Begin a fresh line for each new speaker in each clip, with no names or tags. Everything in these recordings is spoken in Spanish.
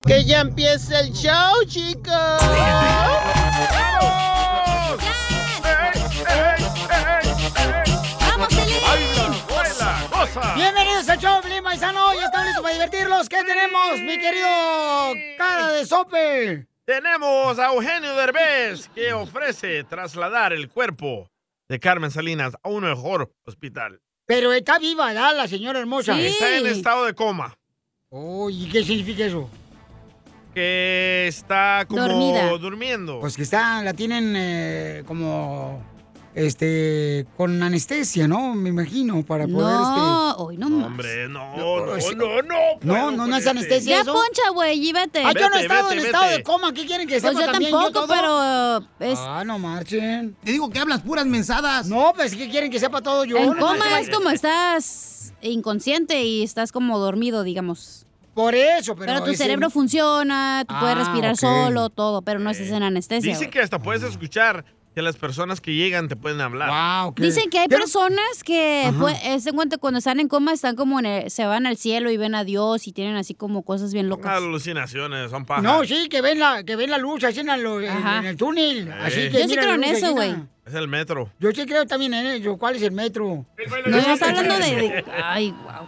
Que ya empiece el show, chicos.
¡Vamos!
¡Vamos,
¡Baila! ¡Goza!
Bienvenidos al show, Blin Maizano. Ya estamos listos para divertirlos. ¿Qué tenemos, mi querido cara de sope?
Tenemos a Eugenio Derbez que ofrece trasladar el cuerpo de Carmen Salinas a un mejor hospital.
Pero está viva, ¿verdad? La señora hermosa.
Está en estado de coma.
Oh, ¿y qué significa eso?
Que está como
Dormida.
durmiendo.
Pues que está, la tienen eh, como, este, con anestesia, ¿no? Me imagino, para poder,
No,
este...
hoy no más.
Hombre, no,
No,
no,
es-
Oh, no, no.
No,
puedo
no,
con
no es
este.
anestesia
Ya
eso.
poncha, güey, llévate.
Ah, yo no he
Vete,
estado en
vete,
estado de
vete.
coma, ¿qué quieren que
Pues
sepa
yo
también?
tampoco,
todo?
pero es-
Ah, no marchen.
Te digo que hablas puras mensadas.
No, pues que quieren que sepa todo yo.
en
No
coma
marchen.
es como estás inconsciente y estás como dormido, digamos.
Por eso, pero.
Pero, tu
es
cerebro
un-
funciona, tú puedes
Ah,
respirar
ok.
solo, todo, pero no estás en anestesia.
Dice
güey.
que hasta
Ah.
puedes escuchar que las personas que llegan te pueden hablar.
Wow, ok.
Dicen que hay
Pero-
personas que
Ajá.
pues, eh, se encuentran- cuando están en coma están como en el- se van al cielo y ven a Dios y tienen así como cosas bien
Son
locas.
alucinaciones, son pajas.
No, sí, que ven la, que ven la luz así en, la lu- en-
Ajá.
en el túnel.
Eh.
Así que
Yo sí
mira
creo
la
en
luz
eso,
allí,
güey.
¿no?
Es el metro.
Yo sí creo también en ello. ¿Cuál es el metro?
No, ya está hablando de, de- Ay, wow.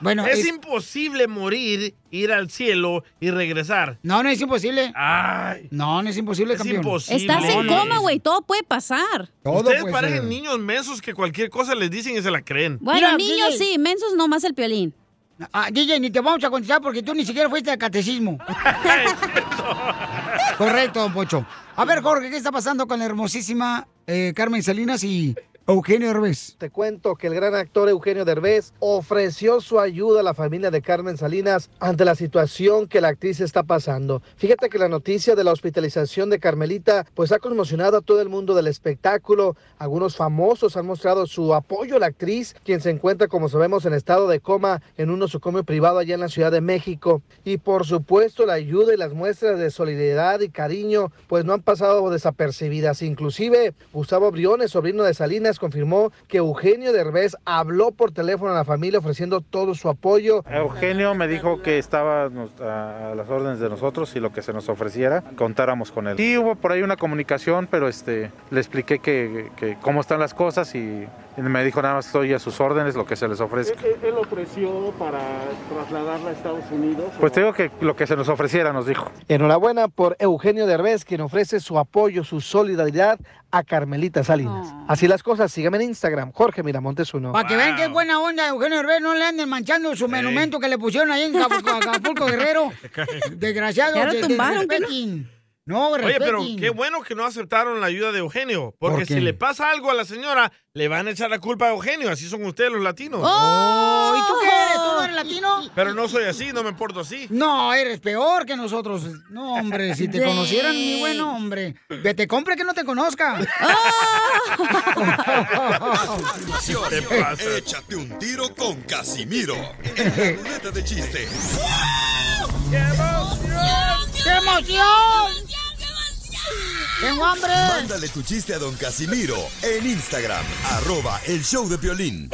Bueno,
Es
es-
imposible morir, ir al cielo y regresar.
no, no es imposible.
Ay,
No, no es imposible,
es
campeón.
imposible.
Estás en
No, no,
coma,
es-
güey, todo puede pasar.
Todo
Ustedes
puede
parecen
ser.
niños mensos que cualquier cosa les dicen y se la creen.
Bueno,
Mira,
niños
DJ.
sí, mensos no más el piolín.
Ah, DJ, ni te vamos a contestar porque tú ni siquiera fuiste al catecismo. Correcto, don Pocho. A ver, Jorge, ¿qué está pasando con la hermosísima eh, Carmen Salinas y Eugenio Herbes?
Pues, Te cuento que el gran actor Eugenio Derbez ofreció su ayuda a la familia de Carmen Salinas ante la situación que la actriz está pasando. Fíjate que la noticia de la hospitalización de Carmelita pues ha conmocionado a todo el mundo del espectáculo. Algunos famosos han mostrado su apoyo a la actriz, quien se encuentra como sabemos en estado de coma en un nosocomio privado allá en la Ciudad de México. Y por supuesto la ayuda y las muestras de solidaridad y cariño pues no han pasado desapercibidas. Inclusive Gustavo Briones, sobrino de Salinas, confirmó que Eugenio Derbez habló por teléfono a la familia ofreciendo todo su apoyo.
Eugenio me dijo que estaba nos- a, a las órdenes de nosotros y lo que se nos ofreciera, contáramos con él. Sí, hubo por ahí una comunicación, pero este, le expliqué que, que cómo están las cosas y, y me dijo nada más estoy a sus órdenes, lo que se les ofrezca.
Él, él ofreció para trasladarla a Estados Unidos.
Pues
¿o?
te digo que lo que se nos ofreciera nos dijo.
Enhorabuena por Eugenio Derbez, quien ofrece su apoyo, su solidaridad a Carmelita Salinas.
Oh.
Así las cosas, síganme en Instagram, Jorge Miramontes uno.
Para que vean
Wow.
qué buena onda, Eugenio Herbes, no le anden manchando su monumento que le pusieron ahí en Acapulco, Acapulco, Guerrero. Desgraciado.
Ya lo
de- de-
tumbaron, ¿qué no?
respeten. No,
Oye,
respeten.
pero qué bueno que no aceptaron la ayuda de Eugenio. Porque
¿Por qué?
si le pasa algo a la señora, le van a echar la culpa a Eugenio. Así son ustedes los latinos.
Oh, ¿Y tú qué eres? ¿Tú no eres
Oh.
latino?
Pero no soy así, no me porto así.
No, eres peor que nosotros. No, hombre, si te
Sí.
conocieran, mi buen hombre. Que te compre que no te conozca.
Acción.
¿Qué pasa?
Échate un tiro con Casimiro. En la ruleta de chiste.
¡Qué emoción! ¡Tengo hambre!
Mándale tu chiste a don Casimiro en Instagram. Arroba el show de violín.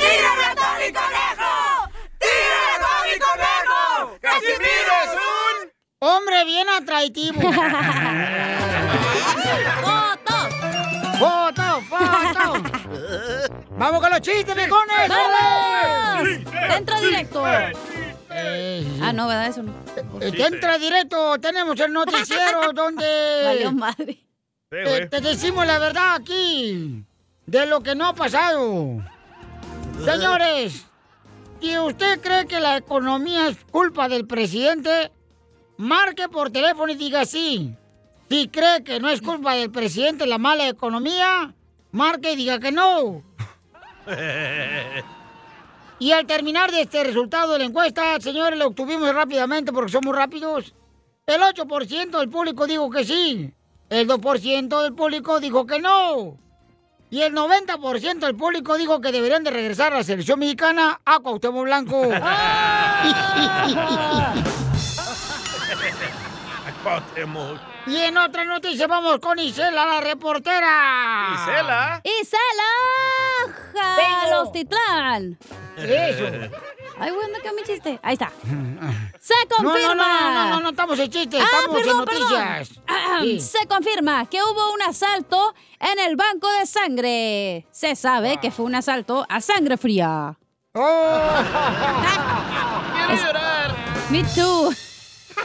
¡Hombre, bien atractivo!
¡Foto!
¡Foto, foto! ¡Vamos con los chistes, viejones! ¡Dale!
¡Vamos! Entra directo.
Eh,
Ah, no, ¿verdad? Eso no.
eh, te entra directo, tenemos el noticiero
Valió
donde
madre.
Sí,
te,
güey.
Eh, te decimos la verdad aquí de lo que no ha pasado. Eh. Señores, si usted cree que la economía es culpa del presidente, marque por teléfono y diga sí. Si cree que no es culpa del presidente la mala economía, marque y diga que no. Y al terminar de este resultado de la encuesta, señores, lo obtuvimos rápidamente porque somos rápidos. El 8% del público dijo que sí. El 2% del público dijo que no. Y el 90% del público dijo que deberían de regresar a la selección mexicana a Cuauhtémoc Blanco.
¡Ah!
Ah,
Cuauhtémoc.
y en otra noticia vamos con Isela, la reportera.
Isela.
¡Isela!
Tengo.
¡Los titlán!
Eso.
Ay, güey, ¿dónde quedó mi chiste? Ahí está. Se
No, no, no,
confirma.
no, no, no, no estamos en chistes,
Ah,
estamos
perdón,
en
perdón.
noticias.
Ahem,
Sí.
Se confirma que hubo un asalto en el banco de sangre. Se sabe que fue un asalto a sangre fría.
Oh.
Quiero llorar.
Me too.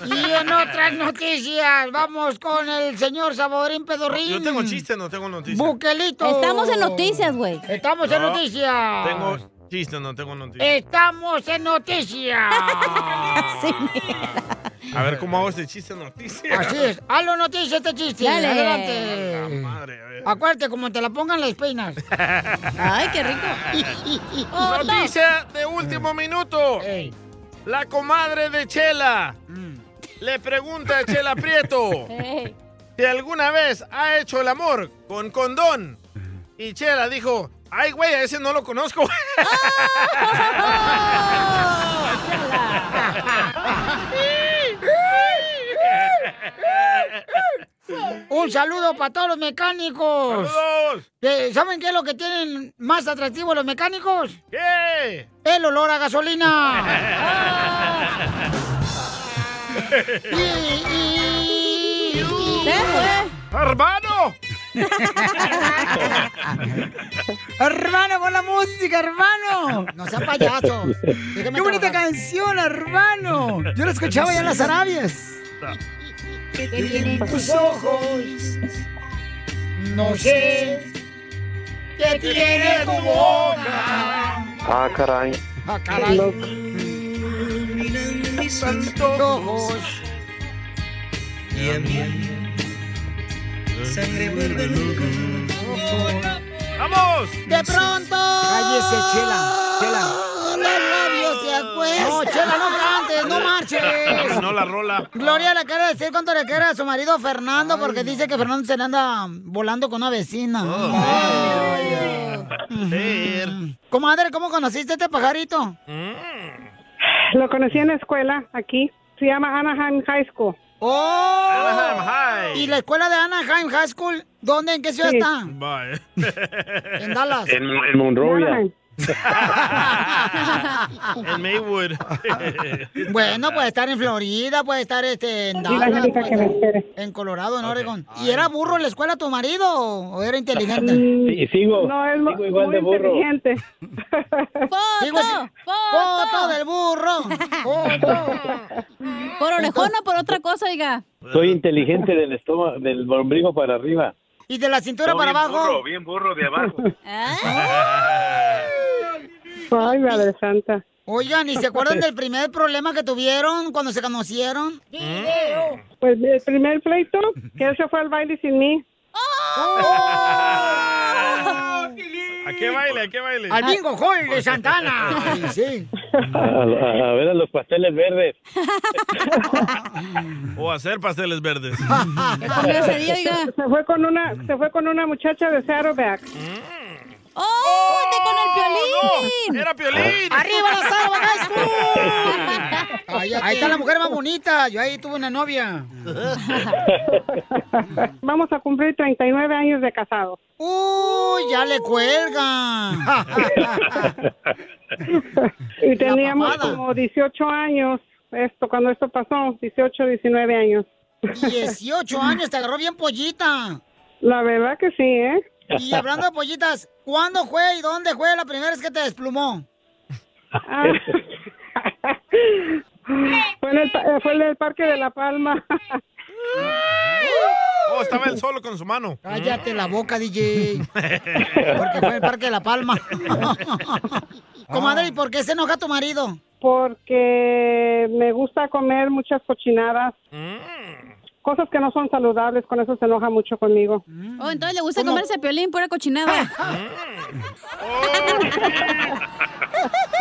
Y en otras noticias, vamos con el señor Saborín Pedorrín.
Yo tengo chistes, no tengo noticias.
Buquelito.
Estamos en noticias, güey.
Estamos en
No,
pues, noticias.
Tengo chistes, no tengo noticias.
Estamos en noticias.
Así me-
A ver cómo hago este chiste noticias.
Eh. Así es. Hazlo noticia este chiste.
Dale.
La
Adelante.
madre, a ver.
Acuérdate, como te la pongan, les peinas.
Ay, qué rico. Oh, no.
Noticia de último minuto.
Ey.
La comadre de Chela
Mm.
le pregunta a Chela Prieto
Ey,
si alguna vez ha hecho el amor con condón. Y Chela dijo, ay, güey, a ese no lo conozco.
¡Ah,
Un saludo para todos los mecánicos.
¡Saludos!
Eh, ¿Saben qué es lo que tienen más atractivo los mecánicos?
¿Qué?
El olor a gasolina. Y- y- y-
¿Qué fue?
¡Hermano!
Hermano, con la música, hermano.
No sean payasos. Déjenme
Qué bonita
trabajar.
canción, hermano. Yo la escuchaba ya en las Arabias.
tus ojos. No sé
é
qué tiene tu boca.
Ah, caray.
Ah, caray.
Santo
Ojos.
¡Vamos!
De pronto.
Cállese, Chela. Chela.
Los labios se acuestan. No, Chela, no cantes, no marches.
No la rola.
Gloria le quiere decir cuánto le quiere a su marido Fernando porque dice que Fernando se le anda volando con una vecina. Ay,
Ver.
ay. Mm. Comadre, ¿cómo conociste a este pajarito?
Mm.
Lo conocí en la escuela aquí. Se llama Anaheim High School.
¡Oh!
Anaheim
¿Y
High.
la escuela de Anaheim High School? ¿Dónde? ¿En qué ciudad
Sí.
está?
Bye.
En Dallas.
En, en Monrovia.
Anaheim.
En Maywood.
Bueno, puede estar en Florida, puede estar este, en
Dile a
Dallas,
Angélica
puede
que me
estar
espere.
en Colorado, en
Ok.
Oregon. ¿Y era burro en la escuela tu marido o era inteligente?
Sí, sigo.
Mm, No, es
sigo igual
muy
de burro.
inteligente.
Digo,
¡Foto!
sí. ¡Foto
¡Foto!
del burro! ¡Foto!
¿Por orejón o por otra cosa, oiga?
Soy inteligente del estómago, del ombligo para arriba.
¿Y de la cintura para abajo?
bien burro de abajo.
Ah,
Ay, madre santa.
Oigan, ¿y se acuerdan del primer problema que tuvieron cuando se conocieron?
Pues el primer pleito, que él se fue al baile sin mí.
Oh,
¿A qué baile? ¿A qué baile?
¡Al bingo hall de Santana! Ay, sí.
A, a- a ver a los pasteles verdes.
O hacer pasteles verdes.
¿Qué comió ese día, oiga?
Se fue con una, se fue con una muchacha de Saddleback.
¡Oh! ¡Te con el
no!
piolín!
¡Era Piolín!
¡Arriba la salva, High School! Cállate. Ahí está la mujer más bonita. Yo ahí tuve una novia.
Mm.
Vamos a cumplir 39 años de casado.
¡Uy, ya le cuelgan!
Y teníamos
papada.
como 18 años, esto cuando esto pasó, 18, 19 años.
18 años, te agarró bien pollita.
La verdad que sí, ¿eh?
Y hablando de pollitas, ¿cuándo fue y dónde fue la primera vez que te desplumó?
Ah. fue, en el, pa- eh, fue en el Parque de la Palma.
Oh, estaba él solo con su mano.
Cállate la boca, DJ. Porque fue en el Parque de la Palma. Comadre, ¿y por qué se enoja tu marido?
porque me gusta comer muchas cochinadas,
Mm.
cosas que no son saludables, con eso se enoja mucho conmigo.
Oh, entonces le gusta comerse piolín pura cochinada.
Oh,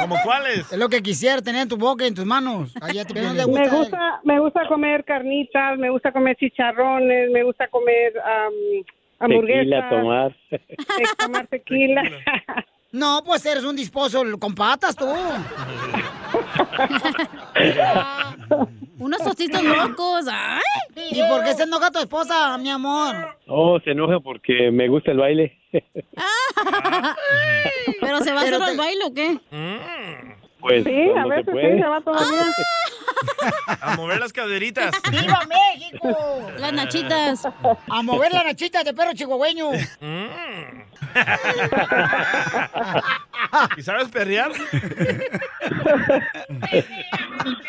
¿Cómo cuáles?
Es lo que quisiera tener en tu boca y en tus manos. Cállate, pero no le gusta.
Me
a él.
gusta, me gusta comer carnitas, me gusta comer chicharrones, me gusta comer am, hamburguesas,
Tequila, tomar.
eh, tomar tequila.
No, pues eres un disposo con patas tú.
Unos tostitos locos. ¡Ay!
¿Y por qué se enoja tu esposa, mi amor?
Oh, se enoja porque me gusta el baile.
¿Pero se va a
Pero
hacer
te-
al baile o qué?
Mm.
Pues
sí, a
cuando Pues, se puede.
veces sí
Ah.
se va todo bien.
A mover las caderitas.
¡Viva México!
Las nachitas.
A mover las nachitas de perro chihuahueño.
Mm. ¿Y sabes perrear?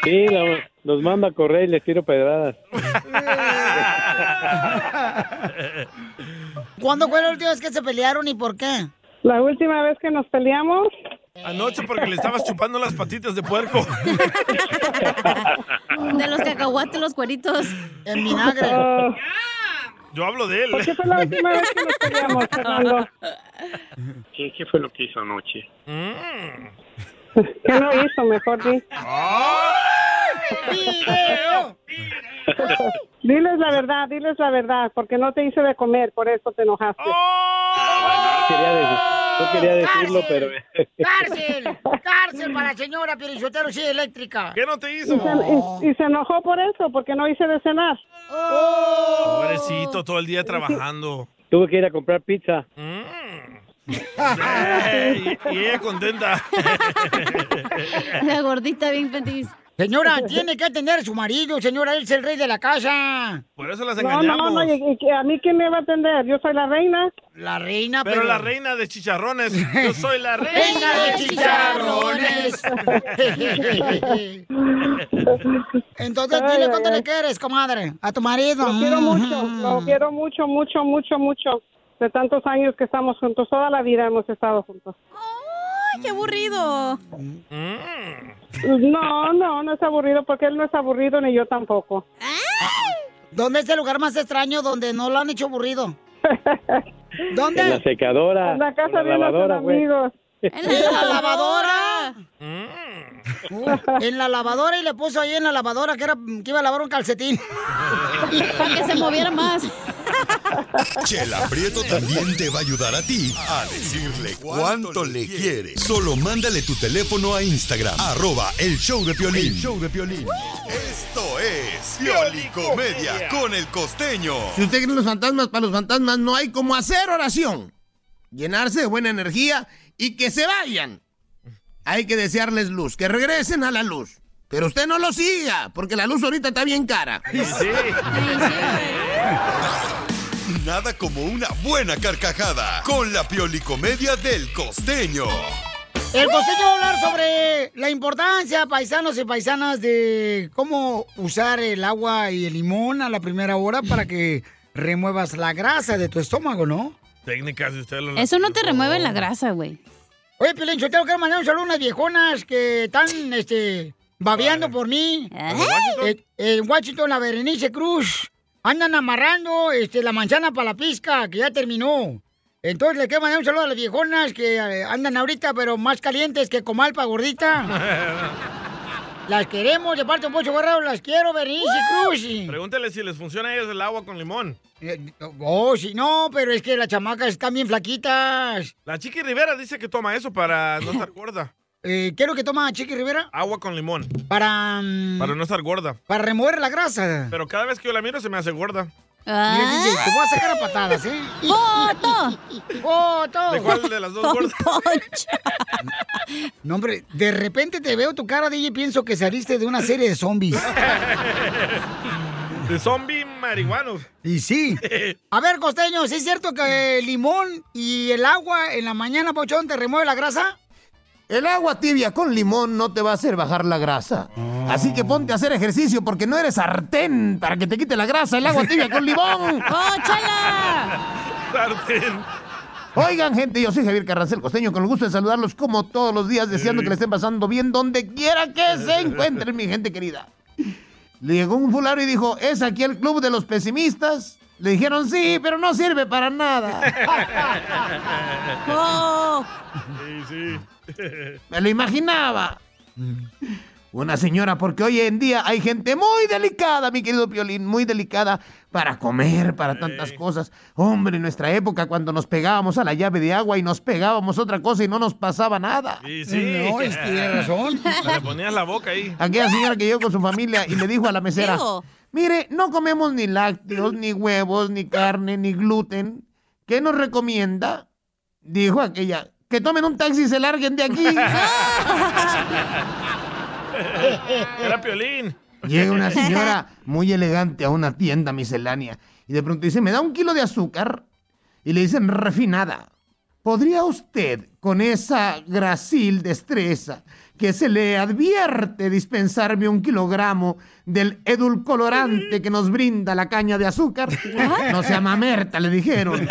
Sí, lo- los manda a correr y les tiro pedradas.
¿Cuándo fue la última vez que se pelearon y por qué?
La última vez que nos peleamos,
Anoche porque le estabas chupando las patitas de puerco.
De los cacahuates, los cueritos.
En vinagre.
Oh.
Yo hablo de él.
¿por qué fue la última vez que nos peleamos, Fernando?
¿Qué, qué fue lo que hizo anoche?
Mm.
¿Qué no hizo, mejor di?
¡Video!
Diles la verdad, diles la verdad, porque no te hice de comer, por eso te enojaste.
Oh.
Quería decir- no quería decirlo, pero...
¡Cárcel! ¡Cárcel! ¡Cárcel para la señora Pierichotero, sí, eléctrica!
¿Qué no te hizo?
Y se, y- y se enojó por eso, porque no hice de cenar.
Oh.
Pobrecito, todo el día trabajando.
Tuve que ir a comprar pizza.
Ey, y ella contenta.
La gordita bien feliz.
Señora, tiene que atender a su marido, señora, él es el rey de la casa.
Por eso las
No,
engañamos.
no, no, y, y que a mí quién me va a atender, yo soy la reina.
La reina, pero...
Pero la reina de chicharrones. Yo soy la reina.
¡Reina de chicharrones! Entonces,
Ay,
dile
ay,
cuánto
ay.
le quieres, comadre, a tu marido. Mm.
Lo quiero mucho, lo quiero mucho, mucho, mucho, mucho. De tantos años que estamos juntos, toda la vida hemos estado juntos.
¡Ay, qué aburrido!
No, no, no es aburrido, porque él no es aburrido ni yo tampoco.
¿Dónde es el lugar más extraño donde no lo han hecho aburrido?
En la
¿Dónde?
secadora.
En la
en
casa de unos
lavadora, güey.
amigos.
En
¡En la lavadora! Uh, en la lavadora y le puso ahí en la lavadora que era que iba a lavar un calcetín.
Para que se moviera más.
Chela Prieto también te va a ayudar a ti a decirle cuánto le quiere. Solo mándale tu teléfono a Instagram, arroba el show de Piolín. Esto es Piolicomedia con el costeño.
Si usted cree en los fantasmas, para los fantasmas no hay como hacer oración. Llenarse de buena energía y que se vayan. Hay que desearles luz, que regresen a la luz. Pero usted no lo siga, porque la luz ahorita está bien cara.
Nada como una buena carcajada con la Piolicomedia del costeño.
El costeño va a hablar sobre la importancia, paisanos y paisanas, de cómo usar el agua y el limón a la primera hora para que remuevas la grasa de tu estómago, ¿no?
Técnicas de usted. lo-
Eso no te remueve la grasa, güey.
Oye, Pilín, yo tengo que mandar un saludo a unas viejonas que están, este, babeando por mí. Eh, En Washington, la Berenice Cruz. Andan amarrando, este, la manzana para la pizca, que ya terminó. Entonces le quiero mandar un saludo a las viejonas que eh, andan ahorita, pero más calientes que comalpa gordita. Las queremos, de parte de Pocho Guerrero, las quiero, Berenice Cruz. Y-
Pregúntale si les funciona a ellos el agua con limón.
eh, oh, sí, no, pero es que las chamacas están bien flaquitas.
La Chiqui Rivera dice que toma eso para no estar gorda.
Eh, ¿Qué es lo que toma Chiqui Rivera?
Agua con limón,
Para... mm,
para no estar gorda.
Para remover la grasa.
Pero cada vez que yo la miro se me hace gorda.
Mira, DJ,
¡Ah!
te voy a sacar a patadas, ¿eh?
¡Foto!
¡Foto!
¿De cuál de las dos
Don
gordas?
Poncho.
No, hombre, de repente te veo tu cara, DJ, y pienso que saliste de una serie de zombies.
De zombie marihuanos.
Y sí. A ver, costeño, ¿sí es cierto que el limón y el agua en la mañana, Pochón, te remueve la grasa?
El agua tibia con limón no te va a hacer bajar la grasa. Así que ponte a hacer ejercicio porque no eres sartén para que te quite la grasa el agua tibia con limón.
¡Oh, chala!
Sartén.
Oigan, gente, yo soy Javier Carrasel Costeño, con el gusto de saludarlos como todos los días, deseando que le estén pasando bien donde quiera que se encuentren, mi gente querida. Le llegó un fulano y dijo, ¿es aquí el club de los pesimistas? Le dijeron, sí, pero no sirve para nada.
¡Oh!
Sí, sí.
Me lo imaginaba. Una señora, porque hoy en día hay gente muy delicada, mi querido Piolín, muy delicada para comer, para tantas cosas. Hombre, en nuestra época, cuando nos pegábamos a la llave de agua y nos pegábamos otra cosa y no nos pasaba nada.
Sí, sí.
No, es que tiene razón.
Le ponías la boca ahí.
Aquella señora que llegó con su familia y le dijo a la mesera,
Digo.
mire, no comemos ni lácteos, ni huevos, ni carne, ni gluten. ¿Qué nos recomienda? Dijo aquella, que tomen un taxi y se larguen de aquí.
Era Piolín.
Llega una señora muy elegante a una tienda miscelánea y de pronto dice, ¿me da un kilo de azúcar? Y le dicen, refinada, ¿podría usted, con esa gracil destreza que se le advierte, dispensarme un kilogramo del edulcolorante que nos brinda la caña de azúcar? No sea mamerta, le dijeron.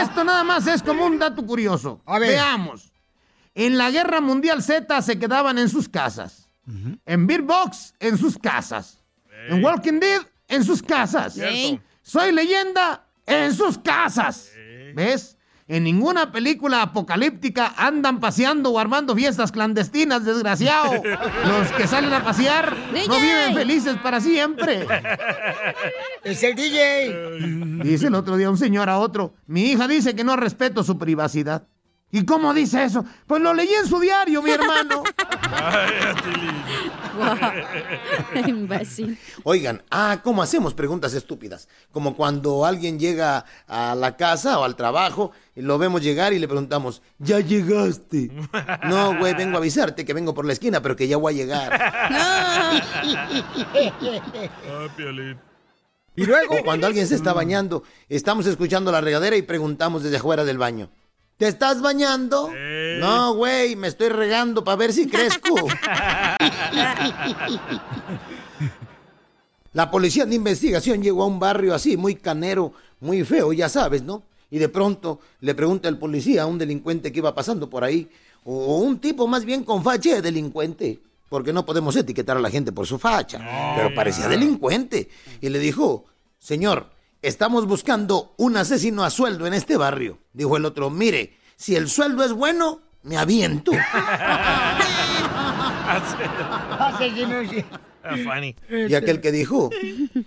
Esto nada más es como un dato curioso.
ver.
Veamos. En la Guerra Mundial Z se quedaban en sus casas. En Beatbox, en sus casas. En Walking Dead, en sus casas.
Cierto.
Soy leyenda, en sus casas. ¿Ves? En ninguna película apocalíptica andan paseando o armando fiestas clandestinas, desgraciado. Los que salen a pasear no
DJ.
viven felices para siempre.
Es el DJ.
Dice el otro día un señor a otro, mi hija dice que no respeto su privacidad. ¿Y cómo dice eso? Pues lo leí en su diario, mi hermano.
Imbécil.
Oigan, ah, ¿cómo hacemos preguntas estúpidas? Como cuando alguien llega a la casa o al trabajo, y lo vemos llegar y le preguntamos, ¿ya llegaste? No, güey, vengo a avisarte que vengo por la esquina, pero que ya voy a llegar.
Ay, Piolín.
Y luego. Mm. O cuando alguien se está bañando, estamos escuchando la regadera y preguntamos desde afuera del baño. ¿Te estás bañando?
Eh.
No, güey, me estoy regando para ver si crezco. La policía de investigación llegó a un barrio así, muy canero, muy feo, ya sabes, ¿no? Y de pronto le pregunta el policía a un delincuente que iba pasando por ahí, o o un tipo más bien con facha de delincuente, porque no podemos etiquetar a la gente por su facha, pero parecía delincuente. Y le dijo, señor, estamos buscando un asesino a sueldo en este barrio. Dijo el otro, mire, si el sueldo es bueno, me aviento.
That's funny.
Y aquel que dijo,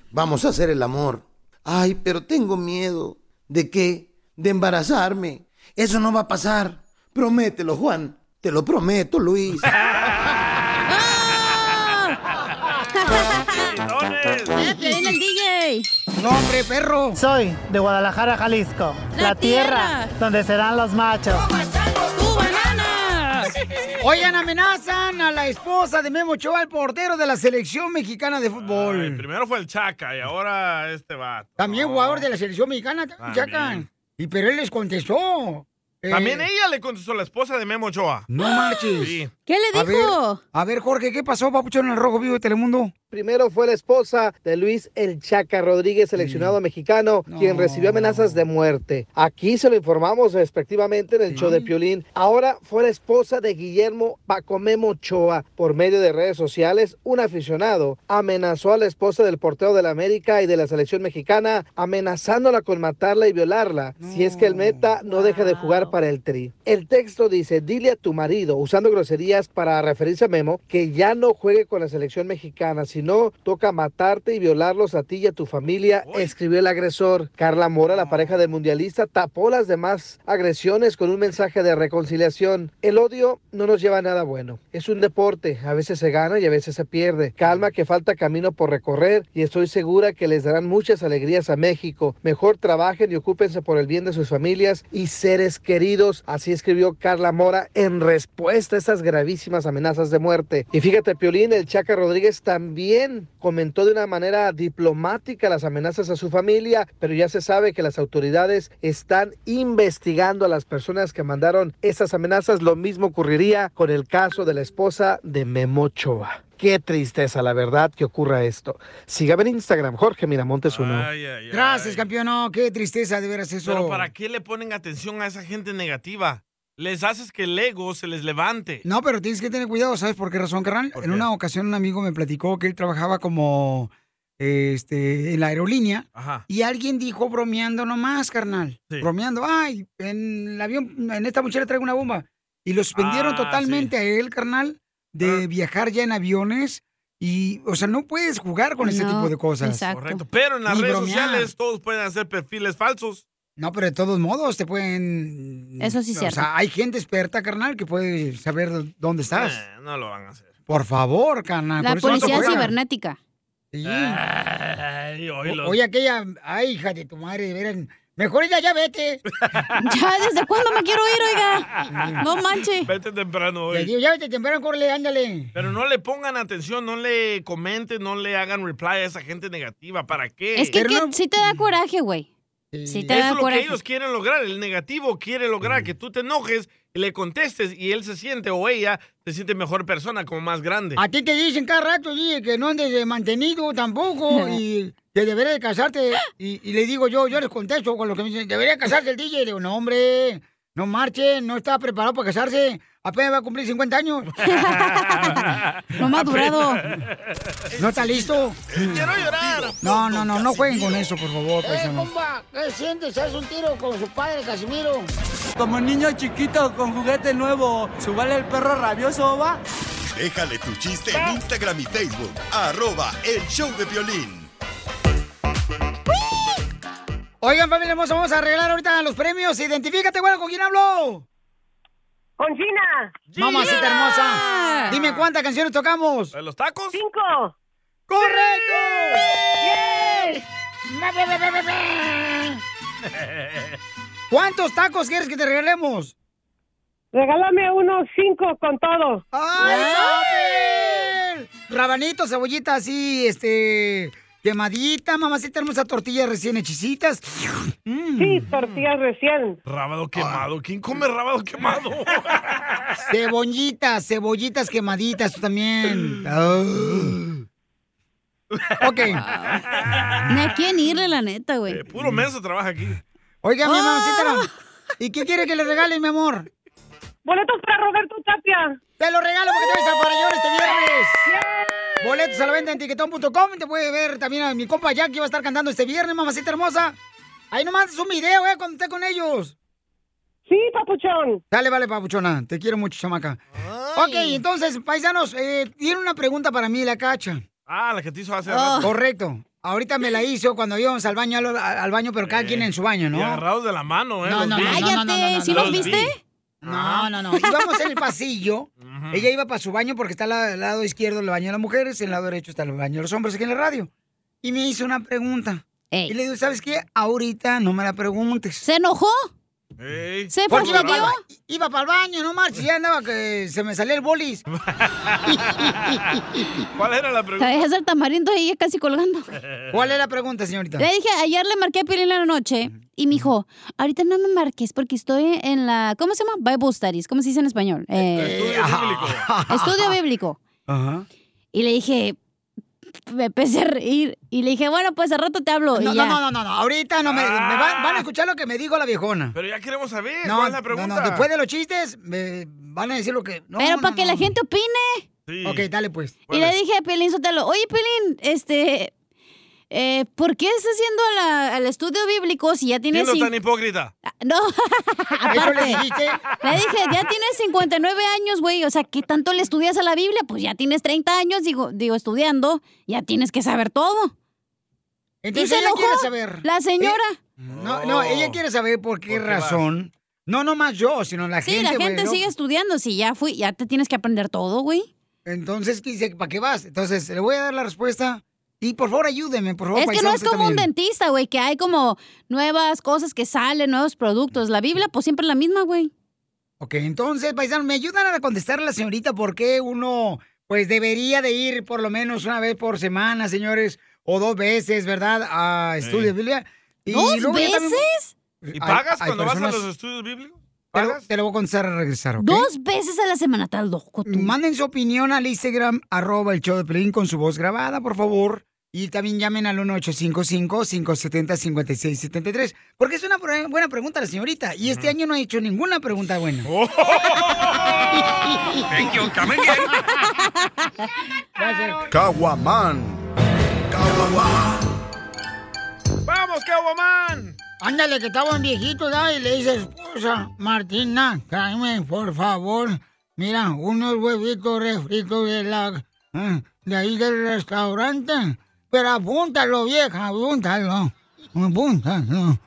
vamos a hacer el amor. Ay, pero tengo miedo. ¿De qué? De embarazarme. Eso no va a pasar. Promételo, Juan. Te lo prometo, Luis.
Viene el DJ.
¡Nombre, perro! Soy de Guadalajara, Jalisco.
La
La, tierra, donde serán los machos.
Oigan, amenazan a la esposa de Memo Ochoa, el portero de la selección mexicana de
Ay,
fútbol.
primero fue el Chaca y ahora este va.
También jugador de la selección mexicana, Chacan.
También.
Y pero él les contestó. Eh,
También ella le contestó a la esposa de Memo Ochoa.
No marches.
¡Ah! Sí.
A ver, a ver, Jorge, ¿qué pasó, papuchón, en el Rojo Vivo de Telemundo?
Primero fue la esposa de Luis El Chaca Rodríguez, seleccionado mexicano, quien recibió amenazas de muerte. Aquí se lo informamos respectivamente en el show de Piolín. Ahora fue la esposa de Guillermo Pacomemo Ochoa. Por medio de redes sociales, un aficionado amenazó a la esposa del portero de la América y de la selección mexicana, amenazándola con matarla y violarla si es que el meta no deja de jugar para el tri. El texto dice, dile a tu marido, usando groserías para referirse a Memo, que ya no juegue con la selección mexicana, si no, toca matarte y violarlos a ti y a tu familia, escribió el agresor. Carla Mora, la pareja del mundialista, tapó las demás agresiones con un mensaje de reconciliación. El odio no nos lleva a nada bueno. Es un deporte, a veces se gana y a veces se pierde. Calma que falta camino por recorrer y estoy segura que les darán muchas alegrías a México. Mejor trabajen y ocúpense por el bien de sus familias y seres queridos. Así escribió Carla Mora en respuesta a estas gravísimas amenazas de muerte. Y fíjate, Piolín, el Chaca Rodríguez también comentó de una manera diplomática las amenazas a su familia, pero ya se sabe que las autoridades están investigando a las personas que mandaron esas amenazas. Lo mismo ocurriría con el caso de la esposa de Memo Ochoa. Qué tristeza, la verdad, que ocurra esto. Sígame en Instagram, Jorge Miramontes uno.
Ah,
Gracias, campeón. No, qué tristeza de veras eso.
Pero ¿para qué le ponen atención a esa gente negativa? Les haces que el ego se les levante.
No, pero tienes que tener cuidado, ¿sabes por qué razón, carnal? En una ocasión un amigo me platicó que él trabajaba como este en la aerolínea
Ajá.
y alguien dijo bromeando nomás, carnal.
Sí.
Bromeando, ay, en el avión, en esta mochila traigo una bomba. Y lo suspendieron
Ah,
totalmente a él, carnal, de viajar ya en aviones. Y, o sea, no puedes jugar con ese
No,
tipo de cosas.
exacto. Correcto, pero en las
Ni
redes
bromear.
sociales todos pueden hacer perfiles falsos.
No, pero de todos modos te pueden...
Eso sí es
O
cierto.
sea, hay gente experta, carnal, que puede saber dónde estás.
Eh, no lo van a hacer.
Por favor, carnal.
La
Ah, por eso no te
policía
juegan.
cibernética.
Sí.
Ay,
O-
Ah,
oílos.
Oye, aquella, ay, hija de tu madre, verán, Mejor ya, ya vete.
ya, ¿desde cuándo me quiero ir, oiga? No manches.
Vete temprano
Le
hoy.
digo, ya vete temprano, corre, ándale.
Pero no le pongan atención, no le comenten, no le hagan reply a esa gente negativa. ¿Para qué?
Es que, que sí te da coraje, güey. Sí
Eso
te da
es lo que
coraje.
ellos quieren lograr. El negativo quiere lograr que tú te enojes y le contestes y él se siente o ella se siente mejor persona, como más grande.
A ti te dicen cada rato, dije, que no andes de mantenido tampoco y que deberías de casarte. Y, y le digo yo, yo les contesto con lo que me dicen, debería casarse el DJ. Le digo, no, hombre, no marche, no está preparado para casarse. Apenas va a cumplir 50 años. no madurado. No está listo.
Quiero llorar.
No, no, no, no jueguen con eso, por favor, paisanos.
Eh, ¿Qué sientes? ¿Haz un tiro con su padre, Casimiro? Como niño chiquito con juguete nuevo, ¿subale el perro rabioso, va?
Déjale tu chiste en Instagram y Facebook. Arroba el show de violín.
Oigan, familia hermosa, vamos a arreglar ahorita los premios. Identifícate, güey, ¿con quién hablo? Con Gina. Mamacita hermosa. Dime cuántas canciones tocamos.
¿De los tacos?
Cinco. ¡Correcto! ¿Cuántos tacos quieres que te regalemos?
Regálame unos cinco con todo.
¡Eh! ¡Ay, Isabel! Rabanito, cebollita así, este. Quemadita, mamacita hermosa, tortillas recién hechicitas. Mm. Sí, tortillas recién.
Rábado quemado. ¿Quién come rábado quemado?
Cebollitas, cebollitas quemaditas, tú también. Ah. Ok.
Ni a quién irle, la neta, güey.
Eh, Puro
Mm.
menso trabaja aquí.
Oiga, mi
¡Ah!
mamacita. ¿Y qué quiere que le regalen, mi amor? Boletos para Roberto Tapia. Te lo regalo porque te ves a Parayor este viernes. Boletos a la venta en tiquetón.com. Te puede ver también a mi compa Jack que va a estar cantando este viernes, mamacita hermosa. Ahí nomás es un video, eh, cuando esté con ellos. Sí, papuchón. Dale, vale, papuchona. Te quiero mucho, chamaca. Ok, entonces, paisanos, eh, tiene una pregunta para mí, la cacha.
Ah, la que te hizo hace
Ah,
rato.
Correcto. Ahorita me la hizo cuando íbamos al baño, al, al baño, pero cada quien en su baño, ¿no?
Y agarrados de la mano, ¿eh?
No,
Los
no, no,
vi. Ah.
no, no, no, no, no, no, no. No,
Ajá.
no, no. Ah. Íbamos en el pasillo. Ella iba para su baño porque está al lado izquierdo el baño de las mujeres, el lado derecho está el baño de los hombres aquí en la radio. Y me hizo una pregunta. Y le digo, ¿sabes qué? Ahorita no me la preguntes.
¿Se enojó?
Ey.
¿Se
Porque iba
fastidió?
para, iba para el baño, no marches, ya andaba que se me salía el bolis.
¿Cuál era la
Te dejas el tamarindo ahí ya casi colgando.
¿Cuál es la pregunta, señorita?
Le dije, ayer le marqué a Piolín en la noche y me dijo, ahorita no me marques porque estoy en la, ¿cómo se llama? Bible Studies, ¿cómo se dice en español? Eh, estudio bíblico.
Ajá.
Y le dije, me empecé a reír y le dije, bueno, pues al rato te hablo.
No, no, no, no, no, no, ahorita no me, me van,
Ah.
van a escuchar lo que me dijo la viejona.
Pero ya queremos saber
No,
cuál es la
no,
pregunta.
no, después de los chistes me van a decir lo que... No,
Pero
no,
para
no,
que
no,
la
no.
gente opine.
Ok, dale pues.
Y le dije a Piolín Sotelo, oye, Piolín, este, eh, ¿por qué estás haciendo la- al estudio bíblico si ya tienes...
Siendo
cin-
tan hipócrita.
No,
¿Eso le
aparte.
dijiste?
Le dije, ya tienes 59 años, güey. O sea, ¿qué tanto le estudias a la Biblia? Pues ya tienes 30 años, digo, digo estudiando. Ya tienes que saber todo.
Entonces
se
ella
enojó
quiere saber. ¿Eh?
La señora.
No,
Oh.
no, ella quiere saber por qué,
¿Por qué
razón. No, no más yo, sino la
sí,
gente.
la gente
güey, ¿no?
sigue estudiando. Si ya fui, ya te tienes que aprender todo, güey.
Entonces, ¿qué dice? ¿para qué vas? Entonces, le voy a dar la respuesta. Y por favor, ayúdeme, por favor.
Es que no
paisanos,
es como un
también.
dentista, güey, que hay como nuevas cosas que salen, nuevos productos. La Biblia, pues siempre es la misma, güey.
Ok, entonces, paisanos, ¿me ayudan a contestar a la señorita por qué uno, pues, debería de ir por lo menos una vez por semana, señores, o dos veces, ¿verdad? A estudios de Biblia.
¿Dos
luego ya también-
veces?
¿Y
Hay-
pagas
hay
cuando vas
personas-
a los estudios bíblicos?
Te lo, te lo voy a contestar al regresar, ¿ok?
Dos veces a la semana, tal loco tú.
Manden su opinión al Instagram, arroba el show de Pelín con su voz grabada, por favor. Y también llamen al 1-855-570-5673. Porque es una pre- buena pregunta la señorita. Y este año no ha hecho ninguna pregunta buena.
Thank you, come again.
Caguaman.
¡Vamos, Caguamán! Ándale, que estaba un viejito, ¿da? Y le dice, esposa, Martina, tráeme, por favor, mira, unos huevitos refritos de la... eh, de ahí del restaurante. Pero apúntalo, vieja, apúntalo. Apúntalo.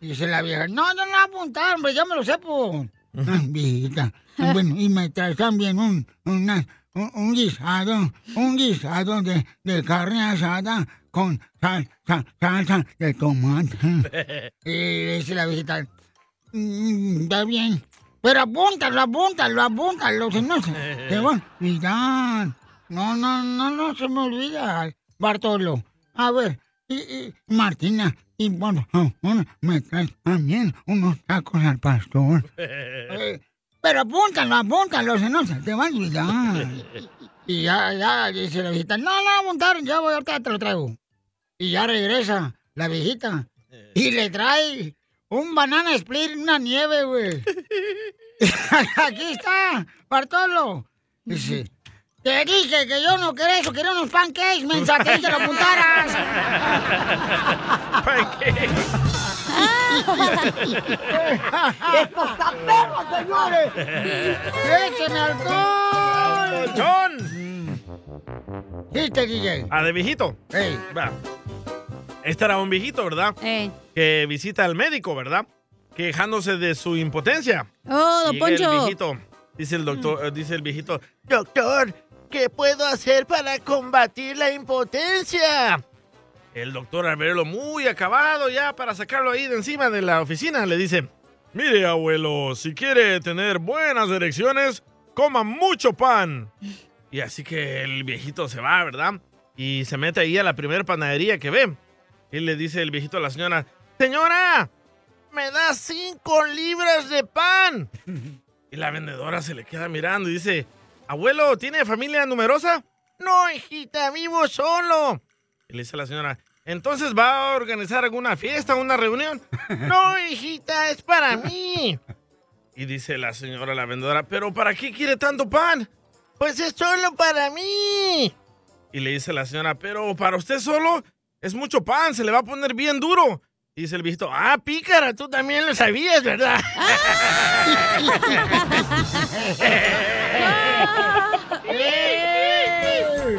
Dice la vieja, no, yo no voy a apuntar, hombre, ya me lo sepo. Ay, viejita. Bueno, y me traes también un, una- un, un guisado, un guisado de, de carne asada
con sal, sal, salsa de tomate. Y le dice la visita, "Mm, está bien, pero apúntalo, apúntalo, apúntalo, si no se te va a olvidar. No, no, no, no se me olvida, Bartolo. A ver, y, y, Martina, y por favor, me traes también unos tacos al pastor. Eh, pero apúntalo, apúntalo, si no se te va a olvidar. Y ya, ya, dice la viejita, no, no, apuntar, ya voy, ahorita te lo traigo. Y ya regresa la viejita y le trae un banana split, una nieve, güey. Aquí está, Bartolo. Dice, te dije que yo no quería eso, quería unos pancakes, mensa, te dije que lo apuntaras.
¡Esto está perro, señores!
¡Écheme alcohol! ¿Viste, DJ?
Ah, de viejito. Va. Este era un viejito, ¿verdad? Que visita al médico, ¿verdad? Quejándose de su impotencia.
Oh, don
Llega El
Poncho. Mm.
viejito, dice el doctor, eh, dice el viejito,
Doctor, ¿qué puedo hacer para combatir la impotencia?
El doctor al verlo muy acabado ya para sacarlo ahí de encima de la oficina le dice, mire abuelo, si quiere tener buenas erecciones, coma mucho pan. Y así que el viejito se va, ¿verdad? Y se mete ahí a la primera panadería que ve. Y le dice el viejito a la señora, señora, me da cinco libras de pan. Y la vendedora se le queda mirando y dice, abuelo, ¿tiene familia numerosa? No, hijita, vivo solo. Y le dice la señora, ¿entonces va a organizar alguna fiesta, una reunión? No, hijita, es para mí. Y dice la señora la vendedora, ¿pero para qué quiere tanto pan? Pues es solo para mí. Y le dice la señora, pero para usted solo es mucho pan, se le va a poner bien duro. Y dice el viejito, ah, pícara, tú también lo sabías, ¿verdad?